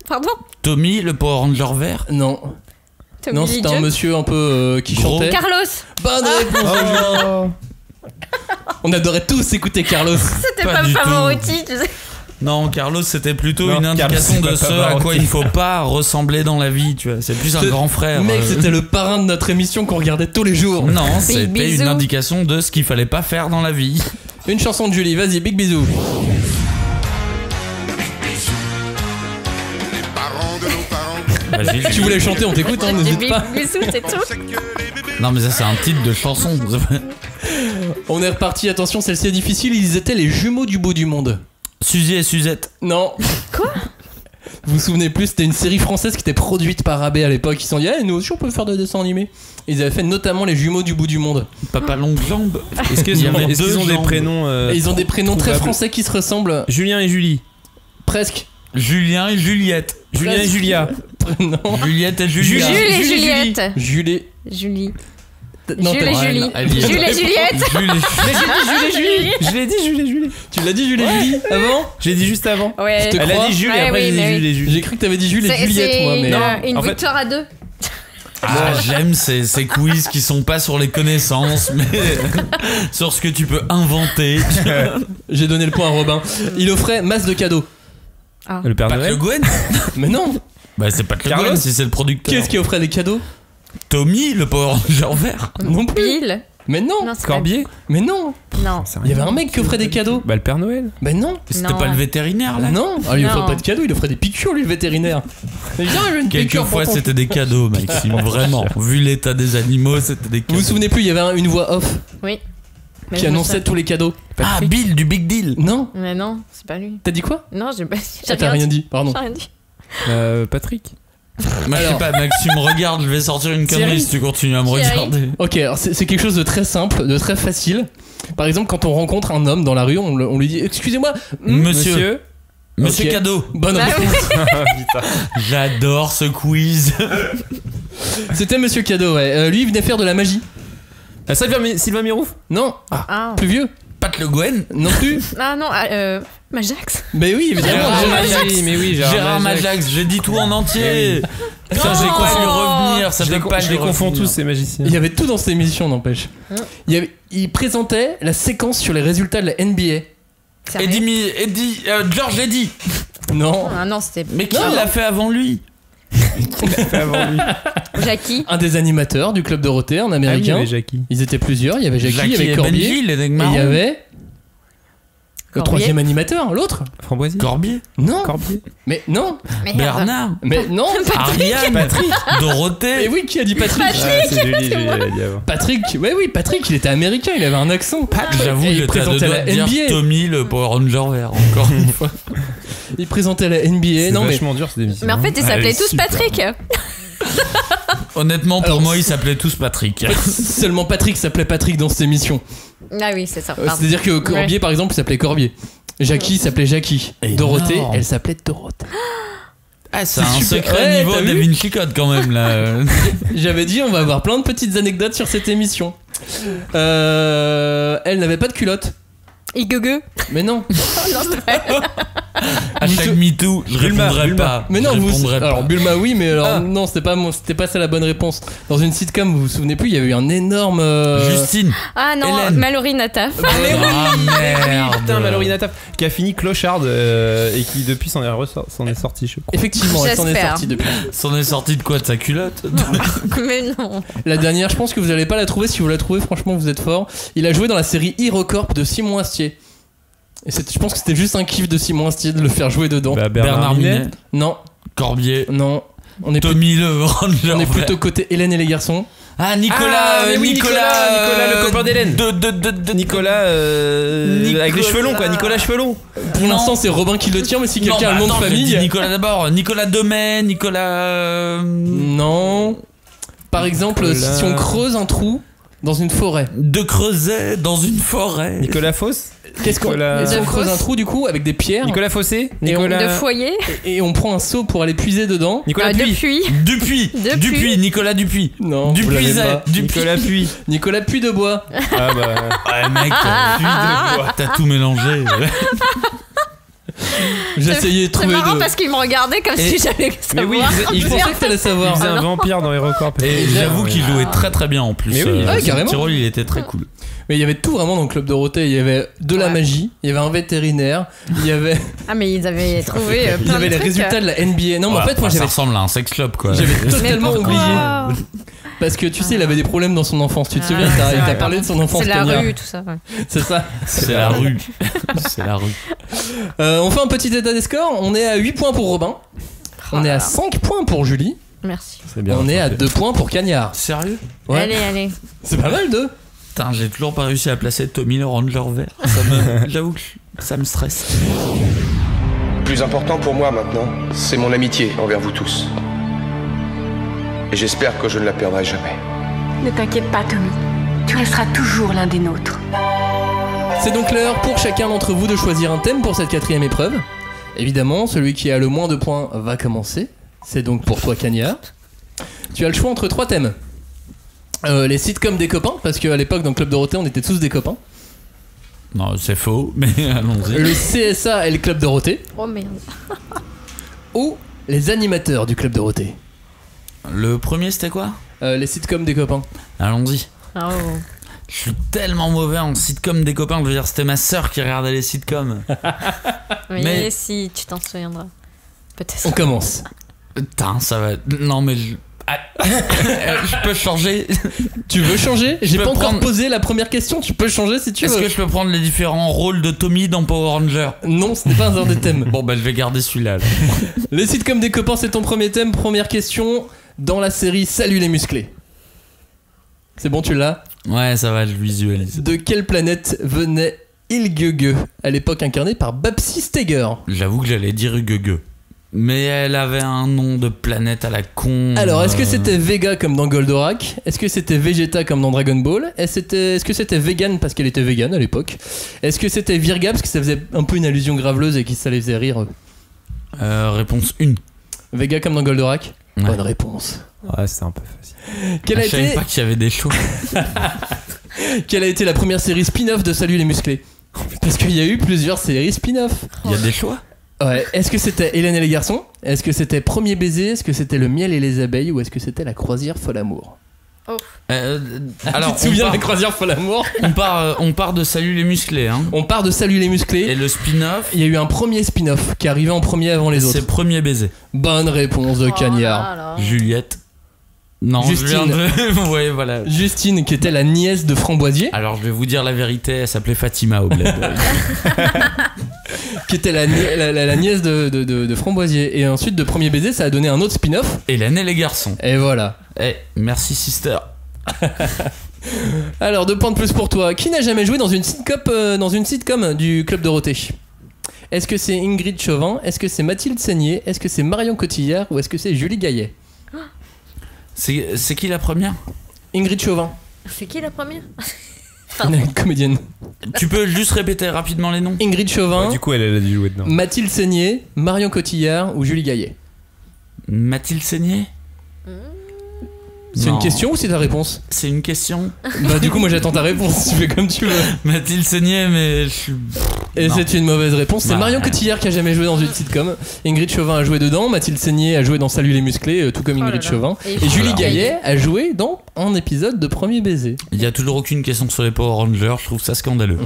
J: Pardon
H: Tommy, le Power Ranger vert.
A: Non,
J: Tommy
A: non,
J: Lee
A: c'était un
J: Jones.
A: monsieur un peu euh, qui
H: Gros.
A: chantait.
J: Carlos
A: Bonne
J: Ah.
A: réponse.
I: Oh.
A: On adorait tous écouter Carlos.
J: C'était
H: Pas
J: pas,
H: du tout.
J: Pavarotti, tu sais.
H: Non, Carlos, c'était plutôt
I: Non,
H: une
I: Carlos,
H: indication
I: c'est pas
H: de ce à
I: Pavarotti.
H: quoi il faut pas ressembler dans la vie, tu vois. C'est plus un
A: Ce
H: grand frère.
A: Mec,
H: euh.
A: c'était le parrain de notre émission qu'on regardait tous les jours.
H: Non, c'était
J: bisous.
H: une indication de ce qu'il fallait pas faire dans la vie.
A: Une chanson de Julie, vas-y, big bisou.
D: Parents de nos parents,
H: Vas-y,
A: Tu
H: Julie.
A: voulais chanter, on t'écoute, hein,
J: Des
A: n'hésite
J: big
A: pas.
J: bisous, c'est tout.
D: c'est que les bébés.
H: Non, mais ça, c'est un titre de chanson.
A: On est reparti, attention, celle-ci est difficile. Ils étaient les jumeaux du bout du monde.
H: Suzy et Suzette.
A: Non.
J: Quoi
A: Vous vous souvenez plus, c'était une série française qui était produite par AB à l'époque. Ils se sont dit, ah, nous aussi on peut faire des dessins animés. Ils avaient fait notamment les jumeaux du bout du monde.
H: Papa Longue Jambe.
I: Est-ce
H: Il y
I: qu'ils ont,
H: avait
I: est-ce
H: deux
I: qu'ils ont des
H: jambes.
I: prénoms euh,
A: Et ils ont des prénoms très
I: trouvable.
A: français qui se ressemblent
I: Julien et Julie.
A: presque.
H: Julien et Juliette.
I: Julien et
A: Presque.
I: Julia.
A: non.
H: Juliette et
J: Jules
H: Julia.
J: et
A: Julie,
J: Juliette.
A: Julie.
J: Julie.
A: Non,
J: Jules
A: t'as-
J: et
A: ouais,
J: Julie.
A: non, elle dit-
J: Jules et Juliette.
H: Jules
J: Jules
H: et-
J: et Julie.
I: Je l'ai dit Julie et Julie.
A: Tu l'as dit Julie et Julie Ah avant
I: Je l'ai dit juste avant.
J: Ouais.
A: Je te
I: Elle
A: crois.
I: a dit Julie,
J: Ouais,
I: après
J: Bah oui,
I: j'ai dit
J: mais oui.
I: Julie et Julie.
A: J'ai cru que t'avais dit Julie et
J: C'est
A: Juliette, moi,
J: c'est
A: mais. euh,
J: une,
I: Non,
J: une
I: en fait-
J: victoire à deux.
H: Ah, j'aime ces, ces quiz qui sont pas sur les connaissances, mais sur ce que tu peux inventer.
A: J'ai donné le point à Robin. Il offrait masse de cadeaux.
I: Le Père
H: Pat Le
I: Noël.
H: Guen
A: Mais non
H: Bah, c'est Pat Le
I: Carlos
H: Guen si c'est le producteur.
A: Qu'est-ce qui offrait des cadeaux
H: Tommy, le Power Ranger vert.
A: Non plus
J: Bill.
A: Mais non
J: Non, c'est pas-
I: Corbier.
A: Mais non
J: Non.
A: Il y avait un mec qui offrait des cadeaux
I: Bah le Père Noël.
A: Mais Ben non
H: C'était
J: Non.
H: pas le vétérinaire là
A: Non Ah, Il offrait
J: Non.
A: pas de cadeaux, il offrait des piqûres, lui, le vétérinaire. Mais viens, j'ai une piqûre pour
H: Quelquefois
A: ton
H: c'était des cadeaux, Maxime, vraiment. Vu l'état des animaux, c'était des
A: Vous
H: cadeaux.
A: vous souvenez plus, il y avait un- une voix off
J: Oui. Mais
A: qui
J: je me
A: annonçait tous les cadeaux.
H: Ah, Bill du Big Deal
A: Non
J: souviens- Mais non, c'est pas lui.
A: T'as dit quoi
J: Non, j'ai pas.
A: Ah,
J: J'ai
A: T'as rien dit, pardon.
J: J'ai rien dit.
I: Euh, Patrick.
H: Moi je sais
A: Alors.
H: pas, Maxime, regarde, je vais sortir une connerie
A: Thierry.
H: si tu continues à me
J: Thierry.
H: regarder.
A: Ok, alors c'est c'est quelque chose de très simple, de très facile. Par exemple, quand on rencontre un homme dans la rue, on, le- on lui dit Excusez-moi, hmm
H: Monsieur. Monsieur
A: Ok.
H: Cadeau,
A: Bonne
G: Bah
A: réponse.
G: oui.
I: Ah,
H: j'adore ce quiz.
A: C'était Monsieur Cadeau, ouais. Euh, lui, il venait faire de la magie.
I: Euh, Sylvain, Mi- Sylvain Mirou
A: Non,
J: Ah,
A: plus vieux.
H: Pat Le Guen,
A: Non plus.
J: Ah non, ah, euh, Majax
A: Mais oui, évidemment.
H: Gérard
A: Dieu
H: Majax.
A: merci.
I: Oui, mais oui, Eh
H: Gérard Majax, Eh j'ai dit tout en entier. Putain, j'ai
G: Non.
H: quoi lui revenir Ça
I: Je
H: peut
I: les,
H: pas
I: je
H: lui
I: les confonds
H: revenir.
I: tous, ces magiciens.
A: Il y avait tout dans cette émission, n'empêche. Il, y avait- il présentait la séquence sur les résultats de la NBA.
J: Sérieux
H: Eddie, Mi- Eddie, euh, George Eddy.
A: Non.
J: Ah non, c'était
H: Mais qui l'a fait avant lui
J: Jackie.
A: Un des animateurs du club Dorothée, un
I: Ah oui, il y
A: américain.
I: avait Jackie.
A: Ils étaient plusieurs. Il y avait Jackie, il y avait
H: et
A: Corbier.
H: Benji, les
A: Et il y avait. Le
J: Corbier.
A: troisième animateur, l'autre
I: Framboisier
H: Corbier,
A: Non
I: Corbier
A: Mais non
J: Merde.
H: Bernard,
A: Mais non
H: Ariane, Patrick, Dorothée.
A: Et oui, qui a dit Patrick
I: Ah, c'est Julie, Julie, elle a dit avant.
A: Patrick Ouais, oui, Patrick, il était américain, il avait un accent.
H: J'avoue,
A: Et il
H: j'étais à deux
A: présentait
H: doigts
A: la
H: de dire
A: NBA.
H: Tommy le Power Ranger vert, encore une fois.
A: Il présentait la NBA.
I: C'est
A: Eh, Non, mais.
I: vachement dur, cette émission.
G: Mais en fait, ils
H: Ah,
G: s'appelaient
H: elle est
G: tous
H: super.
G: Patrick.
H: Honnêtement, pour
A: Alors,
H: moi, ils s'appelaient tous Patrick.
A: Seulement Patrick s'appelait Patrick dans cette émission.
J: Ah oui, c'est ça.
A: Euh, C'est-à-dire que Corbier, par exemple, il s'appelait Corbier. Jackie s'appelait Jackie.
H: Énorme.
A: Dorothée, elle s'appelait Dorothée.
H: Ah, c'est un
A: super.
H: secret
A: Ouais,
H: niveau
A: t'as
H: Da
A: vu
H: Vinci Code quand même là.
A: J'avais dit, on va avoir plein de petites anecdotes sur cette émission. Euh, elle n'avait pas de culotte.
J: Igege.
A: Mais Ah, non.
H: Hashtag
A: Vous-
H: MeToo, je
I: Bulma,
H: répondrai
I: Bulma.
H: pas.
A: Mais non,
H: je
A: vous.
H: répondrai pas.
A: Alors, Bulma, oui, mais alors, non, c'était pas, mon- c'était pas ça la bonne réponse. Dans une sitcom, vous vous souvenez plus, il y avait eu un énorme. euh, Eh
H: Justine.
J: Ah non,
H: Hélène.
J: Mallory Nataf.
H: Ah merde.
I: Putain, Mallory Nataf, qui a fini clocharde euh, et qui depuis s'en est, ressor- s'en est sorti, je crois.
A: Effectivement, elle s'en est
J: J'espère.
A: sortie depuis.
H: S'en est sorti de quoi De sa culotte
J: Mais non.
A: La dernière, je pense que vous allez pas la trouver. Si vous la trouvez, franchement, vous êtes fort. Il a joué dans la série Hirocorp de Simon Astier. Et c'est- je pense que c'était juste un kiff de Simon Astier de le faire jouer dedans.
I: Bah, Minet.
A: Non,
H: Corbier,
A: non. On est, plutôt-
H: Tommy le Ranger.
A: on est
H: vert.
A: plutôt côté Hélène et les garçons.
H: Ah, Nicolas,
I: Ah, mais
H: euh,
I: oui,
H: Nicolas,
I: Nicolas, Nicolas, le copain d'Hélène.
H: De, de, de, de-
I: Nicolas, euh,
H: Nicolas.
I: avec les cheveux longs quoi, Nicolas cheveux longs.
A: Pour l'instant, c'est Robin qui le tient, mais si
H: Non,
A: quelqu'un a
H: bah
A: le nom de
H: attends, j'ai dit
A: famille.
H: Nicolas d'abord, Nicolas Demet, Nicolas. euh,
A: Non. Par exemple,
I: Nicolas.
A: si on creuse un trou dans une forêt,
H: De Creuset dans une forêt.
I: Nicolas Fosse
A: qu'est-ce qu'on.
I: Nicolas-
A: Si on
J: De
A: creuse un
J: fosse.
A: trou, du coup avec des pierres
I: Nicolas Fossé
A: Et on-
J: De
I: Nicolas
J: foyer.
A: et on prend un seau pour aller puiser dedans.
I: Nicolas
J: Euh,
I: Puy
J: depuis.
H: Dupuis,
J: Dupuis.
H: Dupuis, Nicolas Dupuis.
A: Non, vous l'avez
H: Dupuiset,
A: pas.
H: Dupuis.
I: Nicolas euh, Puy.
A: Nicolas Puy de Bois.
I: Ah bah.
H: Ouais, mec, t'as t'as tout mélangé.
A: J'essayais de
J: C'est
A: trouver
J: marrant
A: deux.
J: parce qu'il me regardait comme
A: Et-
J: si j'allais savoir.
I: oui, vous êtes-
A: Je
I: il
A: pensais que t'allais savoir.
I: Il faisait un vampire dans les records.
H: Et j'avoue qu'il jouait très très bien en plus. euh,
I: Mais oui,
A: ouais,
H: ce
A: carrément.
H: petit rôle, il était très cool.
A: Mais il y avait tout vraiment dans le club Dorothée. Il y avait de la
J: Ouais.
A: magie, il y avait un vétérinaire, il y avait,
J: Ah mais ils avaient trouvé euh,
A: il y
J: plein
A: avait
J: de
A: les
J: trucs.
A: résultats de la NBA. Non, mais en
H: Voilà,
A: fait, moi
H: ça
A: j'avais
H: ressemble à un sex club quoi.
A: j'avais
J: Mais
A: totalement
J: pourquoi
A: oublié. Parce que tu sais, il avait des problèmes dans son enfance. Tu te
J: Ah,
A: souviens, t'as-
J: c'est
A: il t'a
J: vrai.
A: parlé de son enfance.
J: C'est la
A: Kenya.
J: rue, tout ça. ouais.
A: C'est ça.
H: C'est la rue. C'est la rue.
A: Euh, on fait un petit état des scores. On est à 8 points pour Robin.
J: Oh
A: On est à 5 points pour Julie.
J: Merci.
I: C'est
A: on est à 2 points pour Cagnard.
H: Sérieux
A: Ouais.
J: Allez, allez.
A: C'est pas mal, 2.
H: Putain, j'ai toujours pas réussi à placer Tommy le Ranger vert. Ça me- J'avoue que ça me stresse.
K: plus important pour moi maintenant, c'est mon amitié envers vous tous. Et j'espère que je ne la perdrai jamais.
G: Ne t'inquiète pas, Tommy. Tu resteras toujours l'un des nôtres.
A: C'est donc l'heure pour chacun d'entre vous de choisir un thème pour cette quatrième épreuve. Évidemment, celui qui a le moins de points va commencer. C'est donc pour toi, Kanya. Tu as le choix entre trois thèmes. Euh, les sitcoms des copains, parce qu'à l'époque dans le Club Dorothée on était tous des copains.
H: Non, c'est faux, mais allons-y.
A: Le CSA et le Club Dorothée.
J: Oh merde.
A: Ou les animateurs du Club Dorothée.
H: Le premier, c'était quoi
A: Euh, les sitcoms des copains.
H: Allons-y.
J: Ah, oh.
H: Je suis tellement mauvais en sitcom des copains, je veux dire, c'était ma sœur qui regardait les sitcoms.
J: Mais,
H: Mais-
J: si, tu t'en souviendras. Peut-être.
A: On commence.
H: Putain, ça va. Non, mais je. Ah. je peux changer
A: Tu veux changer J'ai
H: peux
A: pas encore
H: prendre-
A: posé la première question, tu peux changer si tu
H: Est-ce
A: veux.
H: que je peux prendre les différents rôles de Tommy dans Power Ranger
A: Non, ce n'est pas un des thèmes.
H: Bon, bah, je vais garder celui-là. alors.
A: Les sitcoms des copains, c'est ton premier thème. Première question dans la série Salut les musclés. C'est bon, tu l'as.
H: Ouais, ça va, je visualise.
A: De quelle planète venait Ilgege, à l'époque incarné par Babsi Steger
H: J'avoue que j'allais dire Gugue. Mais elle avait un nom de planète à la con.
A: Alors, est-ce que
H: euh,
A: c'était Vega comme dans Goldorak Est-ce que c'était Vegeta comme dans Dragon Ball Est-ce que c'était- est-ce que c'était vegan parce qu'elle était vegan à l'époque Est-ce que c'était Virga parce que ça faisait un peu une allusion graveleuse et que ça les faisait rire euh,
H: Euh, réponse 1.
A: Vega comme dans Goldorak
H: Ouais. Ah,
A: Bonne réponse.
I: Ouais, c'était un peu facile.
A: Quelle a,
H: Je savais
A: été,
H: pas qu'il y avait des shows.
A: quelle a été la première série spin-off de Salut les musclés Parce qu'il y a eu plusieurs séries spin-off.
H: Il y a des choix
A: Ouais. Est-ce que c'était Hélène et les garçons Est-ce que c'était Premier baiser Est-ce que c'était Le miel et les abeilles Ou est-ce que c'était La croisière folle amour
H: Euh,
A: Alors,
H: alors,
A: Tu te souviens
H: on
A: de La
H: part,
A: croisière folle amour
H: on, part, euh, on part de Salut les musclés. Hein.
A: On part de Salut les musclés.
H: Et le spin-off,
A: Il y a eu un premier spin-off qui arrivait en premier avant les autres.
H: c'est Premier baiser.
A: Bonne réponse
J: Oh
A: de Cagnard.
H: Juliette. Non,
A: Justine.
H: je viens de. ouais, voilà.
A: Justine, qui était la nièce de Framboisier,
H: Alors, je vais vous dire la vérité, elle s'appelait Fatima au bled.
I: Ah.
A: qui était la, ni- la- la- la nièce de, de- de- de Framboisier. Et ensuite, de Premier Baiser, ça a donné un autre spin-off.
H: Hélène et les garçons.
A: Et voilà.
H: Eh, merci, sister.
A: Alors, deux points de plus pour toi. Qui n'a jamais joué dans une sitcom, euh, dans une sitcom du Club Dorothée Est-ce que c'est Ingrid Chauvin Est-ce que c'est Mathilde Seigné Est-ce que c'est Marion Cotillard Ou est-ce que c'est Julie Gaillet
H: C'est c'est qui la première
A: Ingrid Chauvin,
J: C'est qui la première
A: comédienne.
H: Tu peux juste répéter rapidement les noms
A: Ingrid Chauvin,
I: Ouais, du coup, elle, elle a dû jouer dedans.
H: Mm.
A: Mathilde Seigné, Marion Cotillard ou Julie Gaillet
H: Mathilde Seigné
A: C'est
H: Non.
A: une question ou c'est ta réponse
H: C'est une question
A: Bah, du coup, moi j'attends ta réponse, tu fais comme tu veux.
H: Mathilde Seigné, mais je suis.
A: Et
H: Non.
A: c'est une mauvaise réponse. C'est
H: Bah.
A: Marion Cotillard qui a jamais joué dans une sitcom. Ingrid Chauvin a joué dedans. Mathilde Seigné a joué dans Salut les musclés, euh, tout comme
J: Oh là
A: Ingrid
J: là.
A: Chauvin.
J: Et Ah
A: Et
J: Julie
A: Julie
J: Gaillet.
A: Gaillet a joué dans un épisode de Premier baiser.
H: Il y a toujours aucune question sur les Power Rangers, je trouve ça scandaleux.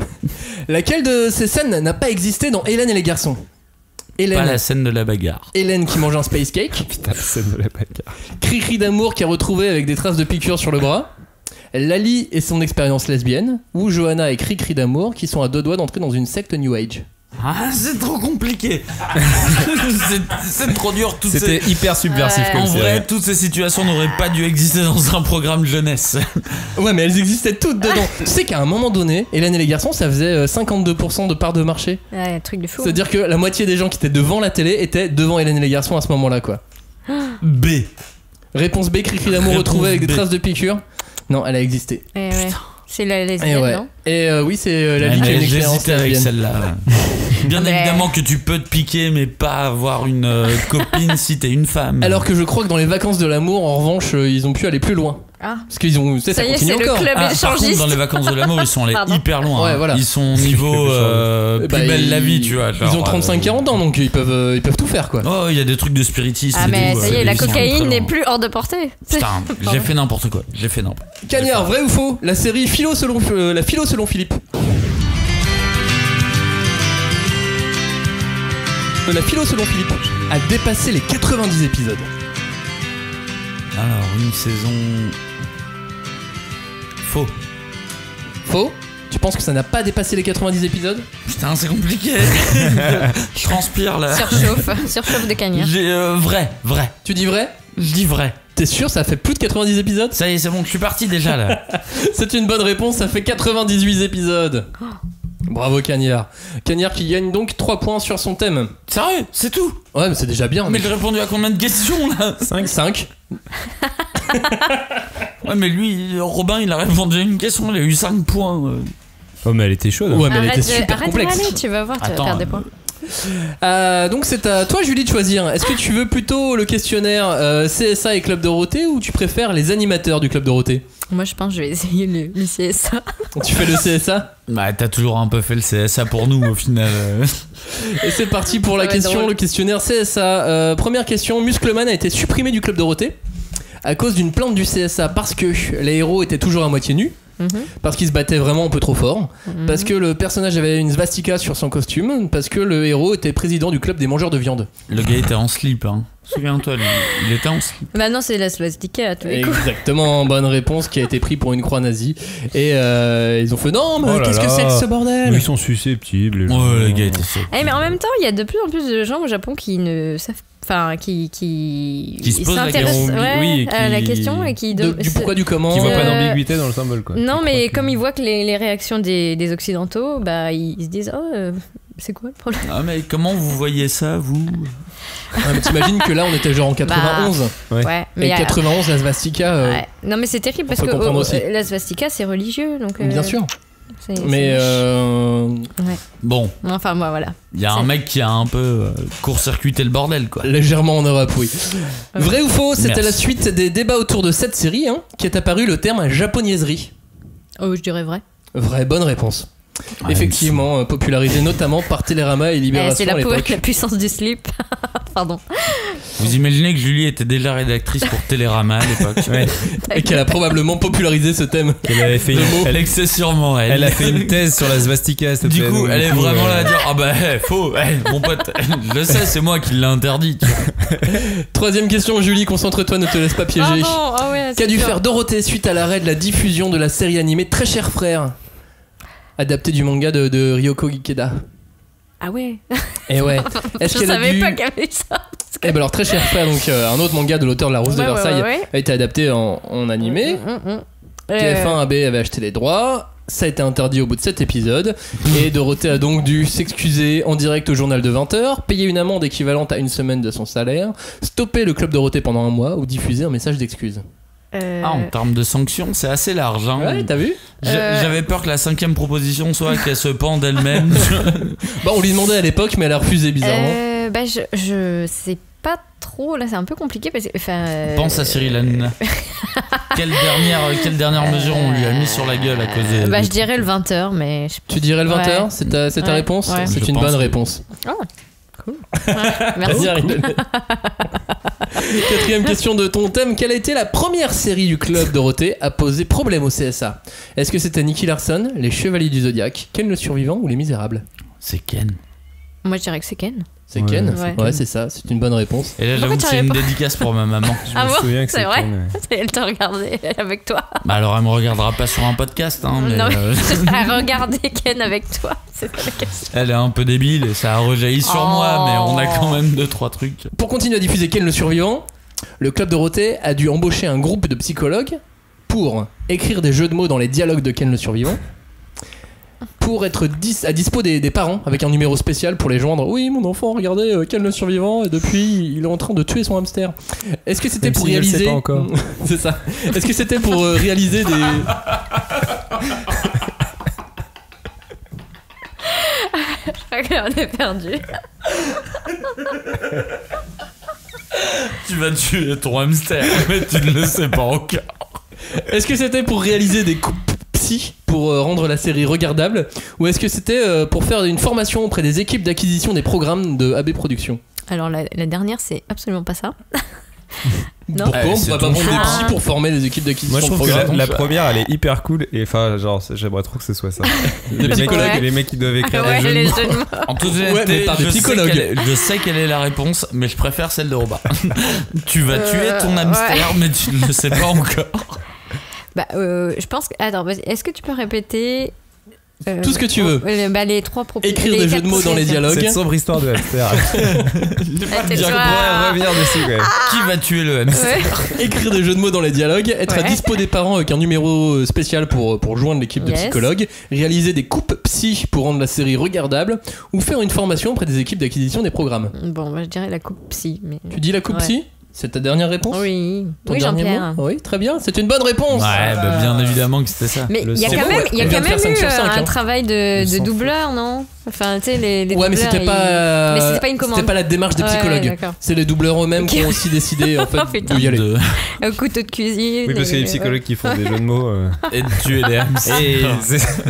A: Laquelle de ces scènes n'a pas existé dans Hélène et les garçons
H: Pas
A: Hélène,
H: la scène de la bagarre.
A: Hélène qui mange un space cake.
I: Putain, scène de la bagarre.
A: Cricri d'amour qui a retrouvé avec des traces de piqûres sur le bras. Lali et son expérience lesbienne. Ou Johanna et Cricri d'amour qui sont à deux doigts d'entrer dans une secte New Age.
H: Ah, c'est trop compliqué C'est- C'est trop dur, toutes ces...
I: C'était hyper subversif
J: Ouais.
I: comme
H: En vrai,
I: série.
H: toutes ces situations n'auraient pas dû exister dans un programme jeunesse.
A: Ouais, mais elles existaient toutes dedans. tu sais qu'à un moment donné, Hélène et les garçons, ça faisait euh, 52% de part de marché.
J: Ouais, un truc de fou.
A: C'est-à-dire que la moitié des gens qui étaient devant la télé étaient devant Hélène et les garçons à ce moment-là, quoi.
H: B.
A: Réponse B, cri d'amour
H: Réponse
A: retrouvé avec des
H: B.
A: traces de piqûres. Non, elle a existé.
J: Eh ouais. C'est la
A: Et
J: lesbienne,
A: ouais.
J: non
A: Et euh, oui, c'est euh, la vie qui a une
H: J'ai
A: expérience
H: J'hésitais avec
A: lesbienne.
H: celle-là. Bien
J: Mais-
H: évidemment que tu peux te piquer, mais pas avoir une euh, copine si t'es une femme.
A: Alors que je crois que dans les vacances de l'amour, en revanche, euh, ils ont pu aller plus loin.
J: Ah.
A: Parce qu'ils ont. tu sais,
J: Ça
A: ça
J: y est,
A: continue
J: c'est le
A: encore.
J: club
H: Ah, par contre,
J: échangiste.
H: dans les vacances de l'amour, ils sont allés
J: Pardon.
H: hyper loin.
A: Ouais,
H: hein.
A: voilà.
H: Ils sont au niveau euh, plus
A: Bah,
H: belle la
A: ils-
H: vie, tu vois. genre,
A: ils ont 35-40 ans, donc ils peuvent, euh, ils peuvent tout faire, quoi.
H: euh, Oh, il y a des trucs de spiritisme.
J: Ah,
H: et
J: mais
H: tout,
J: ça y
H: euh,
J: est, la
H: ils sont allés
J: cocaïne
H: très
J: n'est
H: loin.
J: plus hors de portée.
H: Putain, j'ai fait n'importe quoi. J'ai fait n'importe quoi.
A: Cagnard, vrai ou faux La série philo selon, euh, la philo selon Philippe. Euh, La philo selon Philippe a dépassé les 90 épisodes.
H: Alors, une saison. Faux.
A: Faux Tu penses que ça n'a pas dépassé les 90 épisodes
H: Putain, c'est compliqué. Je transpire là.
J: Surchauffe. Surchauffe de cagnard.
H: J'ai euh, vrai, vrai.
A: Tu dis vrai
H: Je dis vrai.
A: T'es sûr ça fait plus de 90 épisodes
H: Ça y est, c'est bon, je suis parti déjà là.
A: C'est une bonne réponse, ça fait 98 épisodes. Bravo Cagnard. Cagnard qui gagne donc 3 points sur son thème.
H: Sérieux, c'est tout.
A: Ouais, mais c'est déjà bien.
H: Ah, Mais j'ai répondu à combien de questions là
A: 5
H: Ouais, mais lui, Robin, il a répondu à une question, il a eu 5 points. euh.
I: Oh, mais elle était chaude.
A: Ouais, mais elle était
J: Arrête de-
A: super
J: arrête de
A: complexe.
J: râler, tu vas voir, tu
H: Attends,
J: vas perdre des
H: euh,
J: points.
A: Euh, donc c'est à toi Julie de choisir. Est-ce que tu veux plutôt le questionnaire euh, CSA et Club Dorothée ou tu préfères les animateurs du Club Dorothée
J: Moi, je pense que je vais essayer le, le CSA.
A: Tu fais le CSA
H: Bah, t'as toujours un peu fait le CSA pour nous au final. euh.
A: Et c'est parti pour la
J: Ça va être
A: question,
J: drôle.
A: le questionnaire CSA. Euh, première question, Muscleman a été supprimé du Club Dorothée à cause d'une plainte du CSA parce que les héros étaient toujours à moitié nus.
J: Mhm.
A: Parce qu'ils se battaient vraiment un peu trop fort, parce que le personnage avait une svastika sur son costume, parce que le héros était président du club des mangeurs de viande.
H: Le gars était en slip, hein. Souviens-toi, lui, il était en slip.
J: Bah non, c'est la swastika à tous les coups.
A: Exactement, bonne réponse qui a été prise pour une croix nazie. Et euh, ils ont fait non, mais
I: Oh là
A: qu'est-ce que
I: là.
A: c'est que ce bordel
I: Mais ils sont susceptibles. les gens.
H: Oh, le gars était slip.
J: Eh, mais en même temps, il y a de plus en plus de gens au Japon qui ne savent. Enfin, qui. Qui,
H: Qui se posent la
J: s'intéressent,
I: question.
J: ouais,
I: Oui, et
J: à la
I: qui-
J: question et qui.
A: De-
J: de-
A: Du
J: se-
A: pourquoi, du comment
I: Qui voient pas
J: Euh,
I: d'ambiguïté dans le symbole, quoi.
J: Non,
I: Qui
J: mais
I: croient
J: comme ils voient que les, les réactions des, des Occidentaux, bah, ils, ils se disent Oh, euh, c'est quoi le problème
H: Ah, mais comment vous voyez ça, vous
A: Ouais, mais T'imagines que là on était genre en
J: Bah,
A: 91
I: Ouais.
J: Ouais,
A: et
J: euh,
A: 91 la svastika. euh,
J: ouais. Non, mais c'est terrible
A: on
J: parce
A: peut
J: que
A: comprendre
J: oh,
A: aussi.
J: euh, la swastika, c'est religieux. Donc, euh,
A: Bien sûr.
J: C'est- c'est
A: Mais
J: moche.
A: euh,
J: Ouais.
H: Bon,
J: Enfin, moi, voilà.
H: il y a un mec qui a un peu euh, court-circuité le bordel, quoi.
A: Légèrement en Europe, oui. Vrai ou faux, c'était
H: Merci.
A: la suite des débats autour de cette série hein, qui est apparu le terme japonaiserie.
J: Oh, je dirais vrai.
A: Vraie bonne réponse.
H: Ah,
A: Effectivement, euh, popularisé notamment par Télérama et
J: Eh,
A: Libération
J: c'est la,
A: à
J: pou-
A: l'époque.
J: la puissance du slip. Pardon.
H: Vous imaginez que Julie était déjà rédactrice pour Télérama à l'époque
I: Ouais.
A: Et qu'elle a probablement popularisé ce thème.
I: Elle avait fait une,
A: Le mot.
I: elle,
H: Elle c'est sûrement elle.
I: elle a fait une thèse sur la svastika. cette
H: Du
I: année,
H: coup,
I: donc,
H: elle est vraiment là
I: euh,
H: à dire Ah bah, eh, faux, eh, mon pote, je le sais, c'est moi qui l'ai interdit. tu vois.
A: Troisième question, Julie, concentre-toi, ne te laisse pas
J: Ah
A: piéger.
J: non, ah ouais,
A: Qu'a
J: c'est
A: dû
J: dur.
A: faire Dorothée suite à l'arrêt de la diffusion de la série animée Très cher frère Adapté du manga de, de Ryoko Ikeda.
J: Ah ouais.
A: Et ouais. Est-ce
J: Je
A: qu'elle a
J: savais
A: dû...
J: pas qu'il y avait ça.
A: Eh ben alors Très cher frère, donc euh, un autre manga de l'auteur de La Rose de
J: Ouais, ouais,
A: Versailles,
J: ouais, ouais.
A: a été adapté en, en animé.
J: Mm, mm.
A: TF1 AB avait acheté les droits. Ça a été interdit au bout de 7 épisodes. et Dorothée a donc dû s'excuser en direct au journal de 20h, payer une amende équivalente à une semaine de son salaire, stopper le club Dorothée pendant un mois ou diffuser un message d'excuse.
J: Euh, Euh.
H: Ah, en termes de sanctions, c'est assez large. hein.
A: Ouais, t'as vu
H: J'a- J'avais peur que la cinquième proposition soit qu'elle se pende elle-même.
A: Bah, on lui demandait à l'époque, mais elle a refusé bizarrement.
J: euh, bah, je, je sais pas trop. Là, c'est un peu compliqué. Parce que, enfin, euh,
H: Pense à Cyril Hanouna. quelle dernière, quelle dernière mesure on lui a mis sur la gueule à cause
J: euh,
H: de.
J: bah, je dirais le 20h, mais je-
A: Tu dirais le
J: Ouais.
A: 20h C'est ta, c'est ta
J: Ouais,
A: réponse
J: ouais.
A: C'est
H: Je
A: une
H: pense
A: bonne
H: que-
A: réponse.
J: merci.
A: Vas-y, arrête de- Quatrième question de ton thème. Quelle a été la première série du club Dorothée à poser problème au CSA Est-ce que c'était Nicky Larson, Les Chevaliers du Zodiac, Ken le Survivant ou Les Misérables
H: C'est Ken.
J: Moi, je dirais que c'est Ken.
A: C'est Ken
J: Ouais.
A: Ouais, c'est ça. C'est une bonne réponse.
H: Et là,
J: Pourquoi
H: j'avoue que
J: tu
H: c'est une
J: réponds
H: dédicace pour ma maman.
J: Ah
I: me
J: bon
I: souviens que
J: C'est
I: c'est
J: vrai
I: Ken, ouais.
J: Elle te regardait avec toi.
H: Bah, alors, elle me regardera pas sur un podcast,
I: Oh,
H: hein, mais,
J: non, mais
H: euh,
J: elle regardait Ken avec toi. C'est ça la question.
H: elle est un peu débile et ça a rejailli sur
J: Oh.
H: moi, mais on a quand même deux, trois trucs.
A: Pour continuer à diffuser Ken le Survivant, le club Dorothée a dû embaucher un groupe de psychologues pour écrire des jeux de mots dans les dialogues de Ken le Survivant. Pour être dis- à dispo des, des parents avec un numéro spécial pour les joindre. Oui, mon enfant, regardez euh, Ken le survivant et depuis il est en train de tuer son hamster. Est-ce que c'était
I: Même
A: pour
I: s'il ne le sait
A: réaliser
I: pas encore.
A: C'est ça. Est-ce que c'était pour euh, réaliser des
J: on est perdu.
H: Tu vas tuer ton hamster, mais tu ne le sais pas encore.
A: Est-ce que c'était pour réaliser des coupes psy pour euh, rendre la série regardable ou est-ce que c'était euh, pour faire une formation auprès des équipes d'acquisition des programmes de AB Productions
J: Alors, la, la dernière, c'est absolument pas ça. Non.
A: Pourquoi
H: Eh,
A: on
H: c'est
A: va pas
H: ton
A: prendre des
J: choix.
A: psy pour former les équipes d'acquisition
I: Moi, je
A: de
I: trouve que la,
A: programmes
I: la première, elle est hyper cool. Et enfin, genre, c'est- j'aimerais trop que ce soit ça. les, mecs,
J: psychologues.
I: les mecs qui doivent écrire
J: ouais,
I: des jeux.
J: les
I: de mots.
J: jeux de mots.
H: En toute
A: Ouais,
H: honnêteté,
A: mais par des
H: je, sais
A: psychologues.
H: quelle est- je sais quelle est la réponse, mais je préfère celle de Robin. tu vas
J: Euh,
H: tuer ton hamster, mais tu ne le sais pas encore.
J: Bah, euh, je pense que. Attends, vas-y, est-ce que tu peux répéter. euh,
A: Tout ce que tu veux.
J: euh, bah, les trois propositions.
A: Écrire des jeux de mots dans les dialogues.
I: Cette sombre histoire de hamster.
H: dire
I: On pourrait revenir dessus, quand même.
H: Qui va tuer le hamster
A: Écrire des jeux de mots dans les dialogues. Être à
J: Ouais.
A: dispo des parents avec un numéro euh, spécial pour, pour joindre l'équipe de
J: Yes.
A: psychologues. Réaliser des coupes psy pour rendre la série regardable. Ou faire une formation auprès des équipes d'acquisition des programmes.
J: Bon, bah, je dirais la coupe psy. Mais...
A: Tu dis la coupe
J: Ouais.
A: psy C'est ta dernière réponse
J: Oui,
A: Ton
J: oui
A: dernier
J: Jean-Pierre.
A: mot Oui, très bien. C'est une bonne réponse.
H: Ouais, bah, bien évidemment que c'était ça.
J: Euh, Mais il y a
A: sang.
J: quand
A: C'est
J: même,
A: bon,
J: il y a
A: ouais.
J: quand
A: On vient de
J: même
A: faire
J: eu
A: 5 sur 5,
J: euh,
A: hein.
J: un travail de,
I: Le
J: de
I: sang
J: doubleur, non Enfin, tu sais, les, les
A: Ouais, mais
J: doubleurs,
A: c'était pas,
J: ils-
A: euh,
J: mais c'était pas une commande.
A: C'était pas la démarche des
J: Ouais,
A: psychologues.
J: d'accord.
A: C'est les doubleurs eux-mêmes
J: Ok.
A: qui ont aussi décidé en
J: Oh,
A: fait
J: putain.
A: de y aller.
H: De-
J: Un euh, couteau de cuisine.
I: Oui, parce qu'il y a
J: et- euh,
I: des psychologues qui font des jeux de mots. euh.
H: et de tuer les hamsters.
I: Et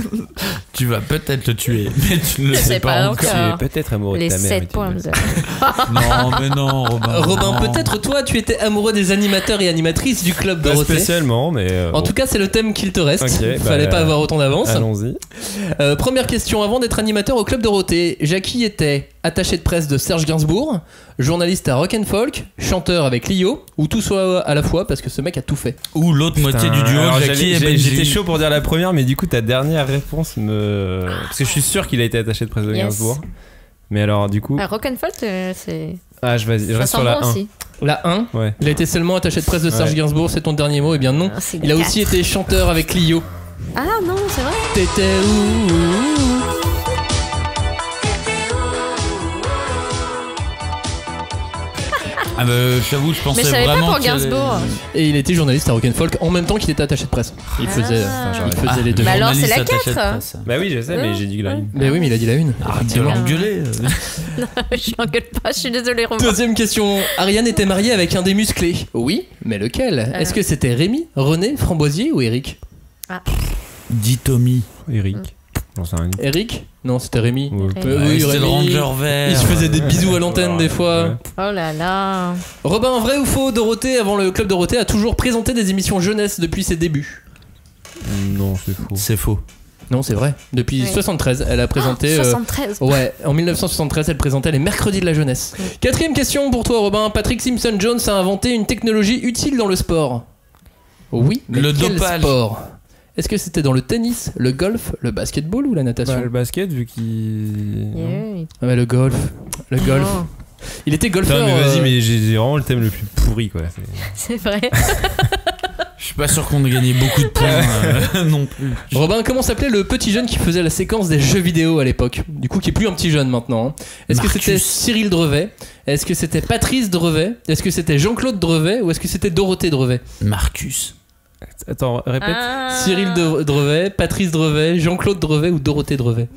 H: tu vas peut-être le tuer, mais tu ne le
J: Je
H: sais pas, encore.
J: encore.
I: peut-être amoureux
J: Les 7 points. de-
H: Non, mais non, Robin.
A: Robin,
I: Ah.
H: non.
A: peut-être toi, tu étais amoureux des animateurs et animatrices du club
I: Pas
A: Dorothée.
I: spécialement, mais. euh,
A: En
I: bon,
A: tout cas, c'est le thème qu'il te reste.
I: Ok, bah,
A: Fallait pas avoir autant d'avance.
I: allons-y.
A: Euh, première question avant d'être animateur au club Dorothée. Jackie était attaché de presse de Serge Gainsbourg, journaliste à Rock and Folk, chanteur avec Lio, ou tout soit à la fois parce que ce mec a tout fait.
H: Ou l'autre moitié du
I: Putain,
H: duo,
I: alors,
H: Jackie
I: j'allais-
H: et
I: j'ai-
H: Benji.
I: J'étais chaud pour dire la première, mais du coup, ta dernière réponse me. Parce que je suis sûr qu'il a été attaché de presse de
J: Yes.
I: Gainsbourg. Mais alors, du coup.
J: Ah, Rock'n'Fold, euh, c'est.
I: Ah, je, vas-y, je
J: Ça
I: reste
J: sent
I: sur la
J: bon
I: 1.
J: aussi.
A: La 1,
I: Ouais.
A: il a été seulement attaché de presse de Serge
I: Ouais.
A: Gainsbourg, c'est ton dernier mot, et bien non.
J: Ah, c'est
A: Il a
J: quatre.
A: aussi été chanteur avec Lio.
J: Ah non, c'est vrai.
A: T'étais où
H: Ah bah, j'avoue, je pensais
J: Mais je savais pas
H: vraiment.
J: pour
H: qu'il allait-
J: Gainsbourg.
A: Et il était journaliste à Rock'n'Folk en même temps qu'il était attaché de presse. Il faisait, il faisait
H: Ah,
A: les deux.
J: Bah alors, c'est la
H: journaliste attaché de
J: 4.
H: presse.
I: Bah oui, je sais,
J: mais
I: mais
J: j'ai
I: j'ai dit la une.
A: Mais oui, mais il a dit la une.
H: Arrête de l'engueuler. euh.
J: Je l'engueule pas, je suis désolée, Romain.
A: Deuxième question. Ariane était mariée avec un des musclés. Oui, mais lequel Est-ce que c'était Rémi, René, Framboisier ou Eric
H: Dis Tommy.
I: Eric. J'en sais rien.
A: Eric Non, c'était Rémi.
I: Ouais.
J: Après.
A: Euh,
H: Ouais,
A: oui,
H: c'était le
A: Rémi.
H: Ranger vert.
A: Il se faisait des bisous à l'antenne des fois.
J: Oh là là.
A: Robin, vrai ou faux Dorothée, avant le club Dorothée, a toujours présenté des émissions jeunesse depuis ses débuts.
I: Non, c'est faux.
H: C'est faux.
A: Non, c'est vrai. Depuis
J: Ouais. Ah,
A: 73, elle a présenté. euh,
J: 73.
A: Ouais, en 1973, elle présentait les mercredis de la jeunesse. Quatrième question pour toi, Robin. Patrick Simpson Jones a inventé une technologie utile dans le sport. Oui, mais
H: Le
A: quel
H: dopage.
A: sport Est-ce que c'était dans le tennis, le golf, le basketball ou la natation
I: Bah, le basket, vu qu'il. Non.
J: Yeah.
A: Ah bah, le golf. Le golf.
I: Oh.
J: Non,
A: Il était golfeur.
I: Putain, mais
A: euh,
I: vas-y, mais j'ai j'ai vraiment le thème le plus pourri, quoi. C'est-
J: C'est vrai.
H: Je suis pas sûr qu'on ait gagné beaucoup de points euh, non plus.
A: Robin, comment s'appelait le petit jeune qui faisait la séquence des jeux vidéo à l'époque Du coup, qui est plus un petit jeune maintenant. hein. Est-ce que
H: Marcus.
A: c'était Cyril Drevet Est-ce que c'était Patrice Drevet Est-ce que c'était Jean-Claude Drevet Ou est-ce que c'était Dorothée Drevet
H: Marcus.
I: Attends, répète.
J: Ah.
A: Cyril De- Drevet, Patrice Drevet, Jean-Claude Drevet ou Dorothée Drevet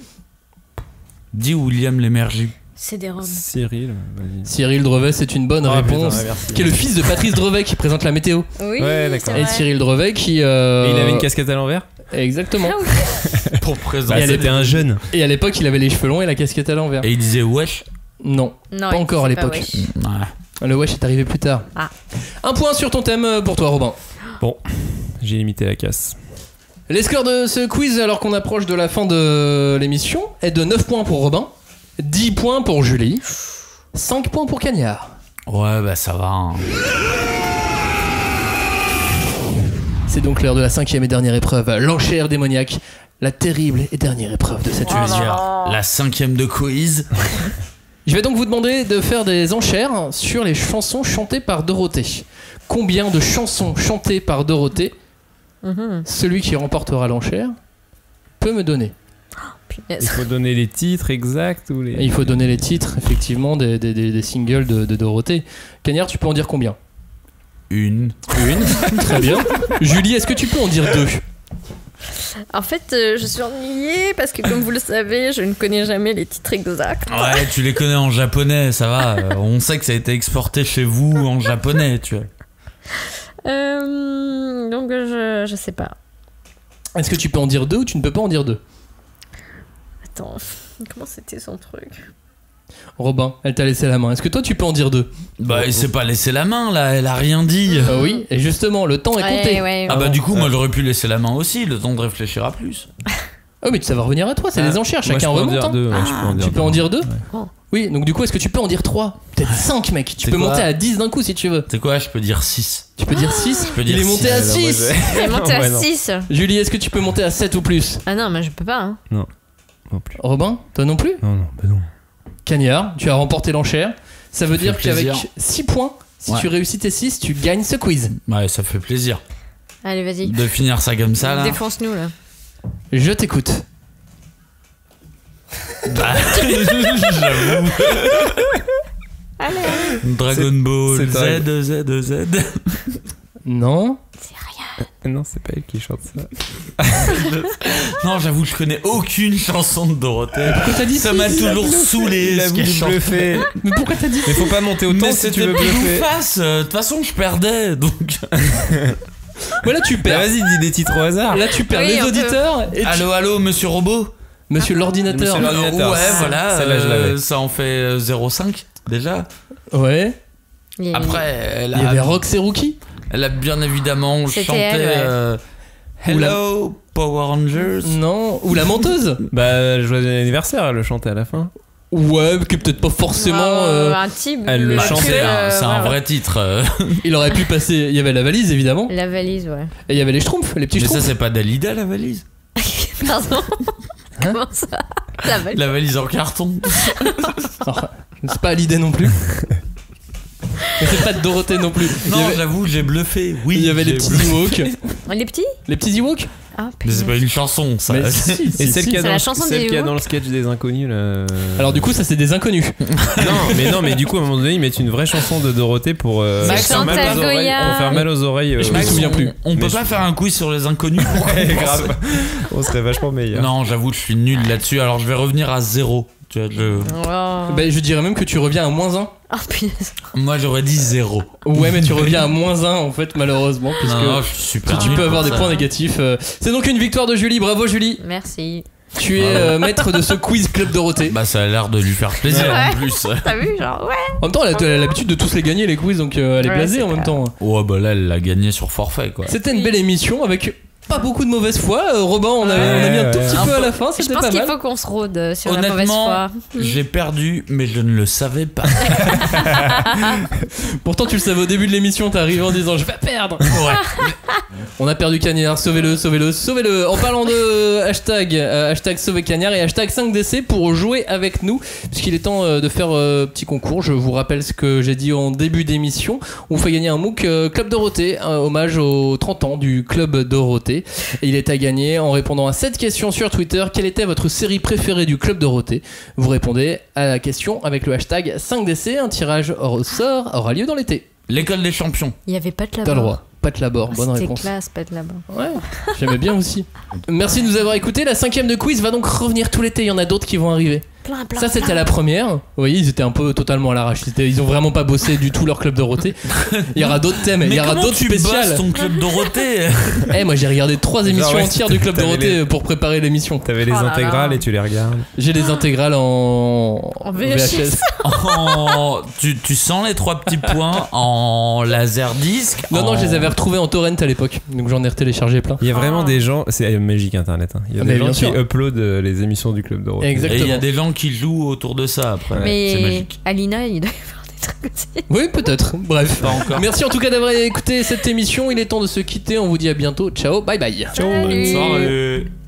H: Dis William l'émergie.
J: C'est des robes.
I: Cyril, vas-y.
A: Cyril Drevet, c'est une bonne
I: Ah,
A: réponse.
I: putain, merci.
A: qui est le fils de Patrice Drevet qui présente la météo.
J: Oui,
I: Ouais, d'accord.
J: c'est
A: Et
J: vrai.
A: Cyril Drevet qui. euh,
I: Et il avait une casquette à l'envers
A: Exactement.
J: Ah oui.
H: Pour
A: Bah,
H: présenter.
A: elle
I: C'était
A: était-
I: un jeune.
A: Et à l'époque, il avait les cheveux longs et la casquette à l'envers.
H: Et il disait wesh.
A: Non,
J: Non,
A: pas encore à
J: c'est pas
A: l'époque.
J: wesh.
H: Ouais.
A: Le wesh est arrivé plus tard.
J: Ah.
A: Un point sur ton thème euh, pour toi, Robin.
I: J'ai limité la casse.
A: Les scores de ce quiz, alors qu'on approche de la fin de l'émission, est de 9 points pour Robin, 10 points pour Julie, 5 points pour Cagnard.
H: Ouais, bah ça va. hein.
A: C'est donc l'heure de la cinquième et dernière épreuve, l'enchère démoniaque, la terrible et dernière épreuve de cette
H: Tu veux dire la cinquième de quiz
A: Je vais donc vous demander de faire des enchères sur les chansons chantées par Dorothée. Combien de chansons chantées par Dorothée
J: Mhm.
A: celui qui remportera l'enchère peut me donner
I: Il faut donner les titres exacts ou
A: Et
I: les.
A: Il faut donner les titres, effectivement, des, des- des- des singles de, de Dorothée. Cagnard, tu peux en dire combien
H: Une.
A: Une. Très bien. Julie, est-ce que tu peux en dire deux
J: En fait, euh, je suis ennuyée parce que, comme vous le savez, je ne connais jamais les titres exacts.
H: Ouais, tu les connais en japonais, ça va. euh, On sait que ça a été exporté chez vous en japonais, tu vois.
J: Euh, donc, je, je sais pas.
A: Est-ce que tu peux en dire deux ou tu ne peux pas en dire deux
J: Attends, comment c'était son truc
A: Robin, elle t'a laissé la main. Est-ce que toi, tu peux en dire deux
H: Bah, il s'est pas laissé la main là, elle a rien dit.
A: Ah Oui, et justement, le temps est compté.
J: Ouais, ouais.
H: Ah bah, du coup, moi j'aurais pu laisser la main aussi, le temps de réfléchir à plus.
A: Oh, mais ça va revenir à toi, c'est
I: Ah,
A: les enchères, chacun
I: Moi, je peux
A: remonte.
I: en dire
A: hein.
I: deux, ouais, je peux en dire
A: Tu peux
I: deux.
A: en dire deux
J: Oh.
A: Oui, donc du coup, est-ce que tu peux en dire trois Peut-être cinq, mec. Tu
H: C'est
A: peux
H: quoi
A: monter à 10 d'un coup si tu veux.
H: C'est quoi, je peux dire 6.
A: Tu peux dire 6
H: Je peux
A: Il
H: dire
A: est monté à
I: six. Ouais, non,
A: 6
I: moi,
J: Il est monté
I: Ouais,
J: à
I: non.
J: 6.
A: Julie, est-ce que tu peux monter à 7 ou plus
J: Ah non, mais je peux pas. Hein.
I: Non plus.
A: Robin, toi non plus
I: Non, non, bah non.
A: Cagnard, tu as remporté l'enchère. Ça veut
H: fait
A: dire qu'avec
H: plaisir.
A: 6 points, si
H: Ouais.
A: tu réussis tes 6, tu gagnes ce quiz.
H: Ouais, Bah, ça fait plaisir
J: Allez, vas-y.
H: de finir ça comme ça là.
J: Défonce-nous là.
A: Je t'écoute.
H: Bah, j'avoue.
J: Allez, allez.
H: Dragon Ball
I: c'est
H: Z, Z, Z.
A: Non
I: Non, c'est pas elle qui chante ça.
H: Non, j'avoue, je connais aucune chanson de Dorothée.
A: Pourquoi t'as dit
H: Ça
A: six
H: m'a toujours saoulé.
I: Il a
H: ce qu'elle
I: voulu
H: chante.
I: bluffer.
A: Mais pourquoi t'as dit
I: Mais faut pas monter autant
H: Mais
I: si tu
H: c'était
I: veux
H: pas une
I: bluffer.
H: face. euh, De toute façon, je perdais. Donc,
A: Voilà, tu
I: Bah,
A: perds.
I: vas-y, dis des titres au hasard.
A: Là, tu perds
J: Oui,
A: les
J: un peu. Ah.
A: auditeurs et tu-
H: allô, allô, monsieur robot.
A: Monsieur l'ordinateur.
I: Monsieur l'ordinateur.
H: Ouais,
I: Ça-
H: voilà.
I: celle-là, je
H: euh,
I: l'avais.
H: ça en fait euh, 0,5 déjà.
A: Ouais.
J: Il y a-
H: Après, elle
A: Il y avait
H: a,
A: Rox et Rookie.
H: elle a bien évidemment
J: C'était
H: chanté.
J: elle, ouais.
H: euh, Hello, Power Rangers.
J: Mm.
A: Non. Ou la menteuse.
I: Bah, joyeux anniversaire, elle le chantait à la fin.
A: Ouais, qui est peut-être pas forcément.
J: Euh,
A: euh,
J: un type.
I: elle le
J: euh,
H: Bah,
I: chantait,
H: c'est
J: que,
H: un,
J: euh,
H: c'est un
J: ouais,
H: vrai titre. euh.
A: il aurait pu passer. Il y avait la valise évidemment.
J: ouais. La valise, ouais.
A: Et il y avait les schtroumpfs, les petits
H: Mais ça,
A: schtroumpfs.
H: c'est pas Dalida la valise.
J: Pardon Comment ça La valise.
H: La valise en carton.
A: Alors, C'est pas l'idée non plus. Mais c'est pas de Dorothée non plus. Il y
H: Non,
A: avait-
H: j'avoue, j'ai bluffé. Oui,
A: il y avait les
H: j'ai
A: petits
H: bluffé.
A: Ewoks.
J: Les petits
A: Les petits Ewoks
J: Ah,
H: Mais c'est pas une chanson, ça.
I: Mais si, si, si, si.
H: qu'il y a
I: C'est
H: dans
I: la
H: le-
J: chanson
I: Celle
J: des
I: qu'il y a dans
J: Who.
I: le sketch des inconnus là.
A: Alors du coup ça c'est des inconnus.
I: non mais non mais du coup à un moment donné ils mettent une vraie chanson de Dorothée pour, euh,
J: Bah,
H: Max
I: faire, mal aux
H: Santagoya.
I: oreilles, pour faire mal aux oreilles.
H: Je me souviens plus. On peut pas faire un quiz sur les inconnus pour compenser.
I: grave. On serait vachement meilleur.
H: Non, j'avoue que je suis nul là-dessus, alors je vais revenir à zéro. Tu vois, je-
J: Oh.
A: Bah, je dirais même que tu reviens à moins 1.
J: Ah putain.
H: Moi j'aurais dit zéro.
A: Ouais, mais tu reviens à moins 1 en fait, malheureusement. Puisque
H: Non, je suis super
A: tu, tu
H: nul
A: peux
H: pour
A: avoir des
H: ça.
A: points négatifs. euh. C'est donc une victoire de Julie, bravo Julie.
J: Merci.
A: Tu es euh, maître de ce quiz Club Dorothée.
H: Bah ça a l'air de lui faire plaisir en
J: Ouais.
H: plus.
J: T'as vu, genre, ouais.
A: En même temps, elle a- elle a l'habitude de tous les gagner les quiz, donc euh, elle est
J: Ouais,
A: blasée
J: c'est
A: en même temps.
H: Ouais, bah là elle l'a gagné sur forfait quoi.
A: C'était une belle émission avec pas beaucoup de mauvaise foi. Euh, Robin, on, avait- on a mis un tout
H: Ouais,
A: petit
H: ouais.
A: peu à la fin,
J: Je
A: c'était
J: pense
A: pas
J: qu'il
A: mal.
J: faut qu'on se rôde euh, sur la mauvaise
H: Honnêtement,
J: foi.
H: j'ai perdu, mais je ne le savais pas.
A: Pourtant, tu le savais au début de l'émission, t'es arrivé en disant je vais perdre.
H: Ouais.
A: On a perdu Cagnard, sauvez-le, sauvez-le, sauvez-le. En parlant de hashtag, euh, hashtag sauver Cagnard et hashtag 5DC pour jouer avec nous, puisqu'il est temps euh, de faire euh, petit concours. Je vous rappelle ce que j'ai dit en début d'émission. On fait gagner un MOOC euh, Club Dorothée, un hommage aux 30 ans du Club Dorothée. Et il est à gagner en répondant à cette question sur Twitter. Quelle était votre série préférée du Club Dorothée Vous répondez à la question avec le hashtag 5DC. Un tirage hors sort aura lieu dans l'été.
H: L'école des champions.
J: Il y avait pas de la
A: T'as le droit. Pat Labor, bonne
J: Ah ben. C'était
A: réponse.
J: classe, pas de là-bas.
A: Ouais, j'aimais bien aussi. Merci de nous avoir écoutés. La cinquième de quiz va donc revenir tout l'été. Il y en a d'autres qui vont arriver.
J: Plein, plein.
A: Ça, c'était la première. Vous voyez, ils étaient un peu totalement à l'arrache. C'était- Ils ont vraiment pas bossé du tout leur club Dorothée. Il y aura d'autres thèmes, il
H: Mais
A: y aura
H: comment
A: d'autres
H: tu
A: spéciales.
H: bosses ton ben, club Dorothée
A: Eh, moi, j'ai regardé trois émissions
I: ouais,
A: entières du club
I: t'avais
A: Dorothée euh,
I: les-
A: pour préparer l'émission.
I: T'avais les
J: Oh là là.
I: intégrales et tu les regardes.
A: J'ai les intégrales en,
J: En VHS.
H: En- Oh, tu, tu sens les trois petits points en laserdisc
A: Non, non,
H: en-
A: je les avais retrouvés en torrent à l'époque. Donc, j'en ai retéléchargé plein.
I: Il y a
J: Oh.
I: vraiment des gens, c'est euh, magique internet. hein. Il y a
A: Ah, mais
I: des gens
A: bien
I: qui
A: sûr.
I: uploadent euh, les émissions du club Dorothée.
A: Exact.
H: Et il y
A: Exactement.
H: a des gens qui jouent autour de ça après. C'est
J: Mais
H: magique.
J: Alina, il doit y avoir des trucs aussi.
A: Oui, peut-être. Bref.
H: Pas encore.
A: Merci en tout cas d'avoir écouté cette émission. Il est temps de se quitter. On vous dit à bientôt. Ciao, bye bye.
J: Salut.
H: Bonne soirée.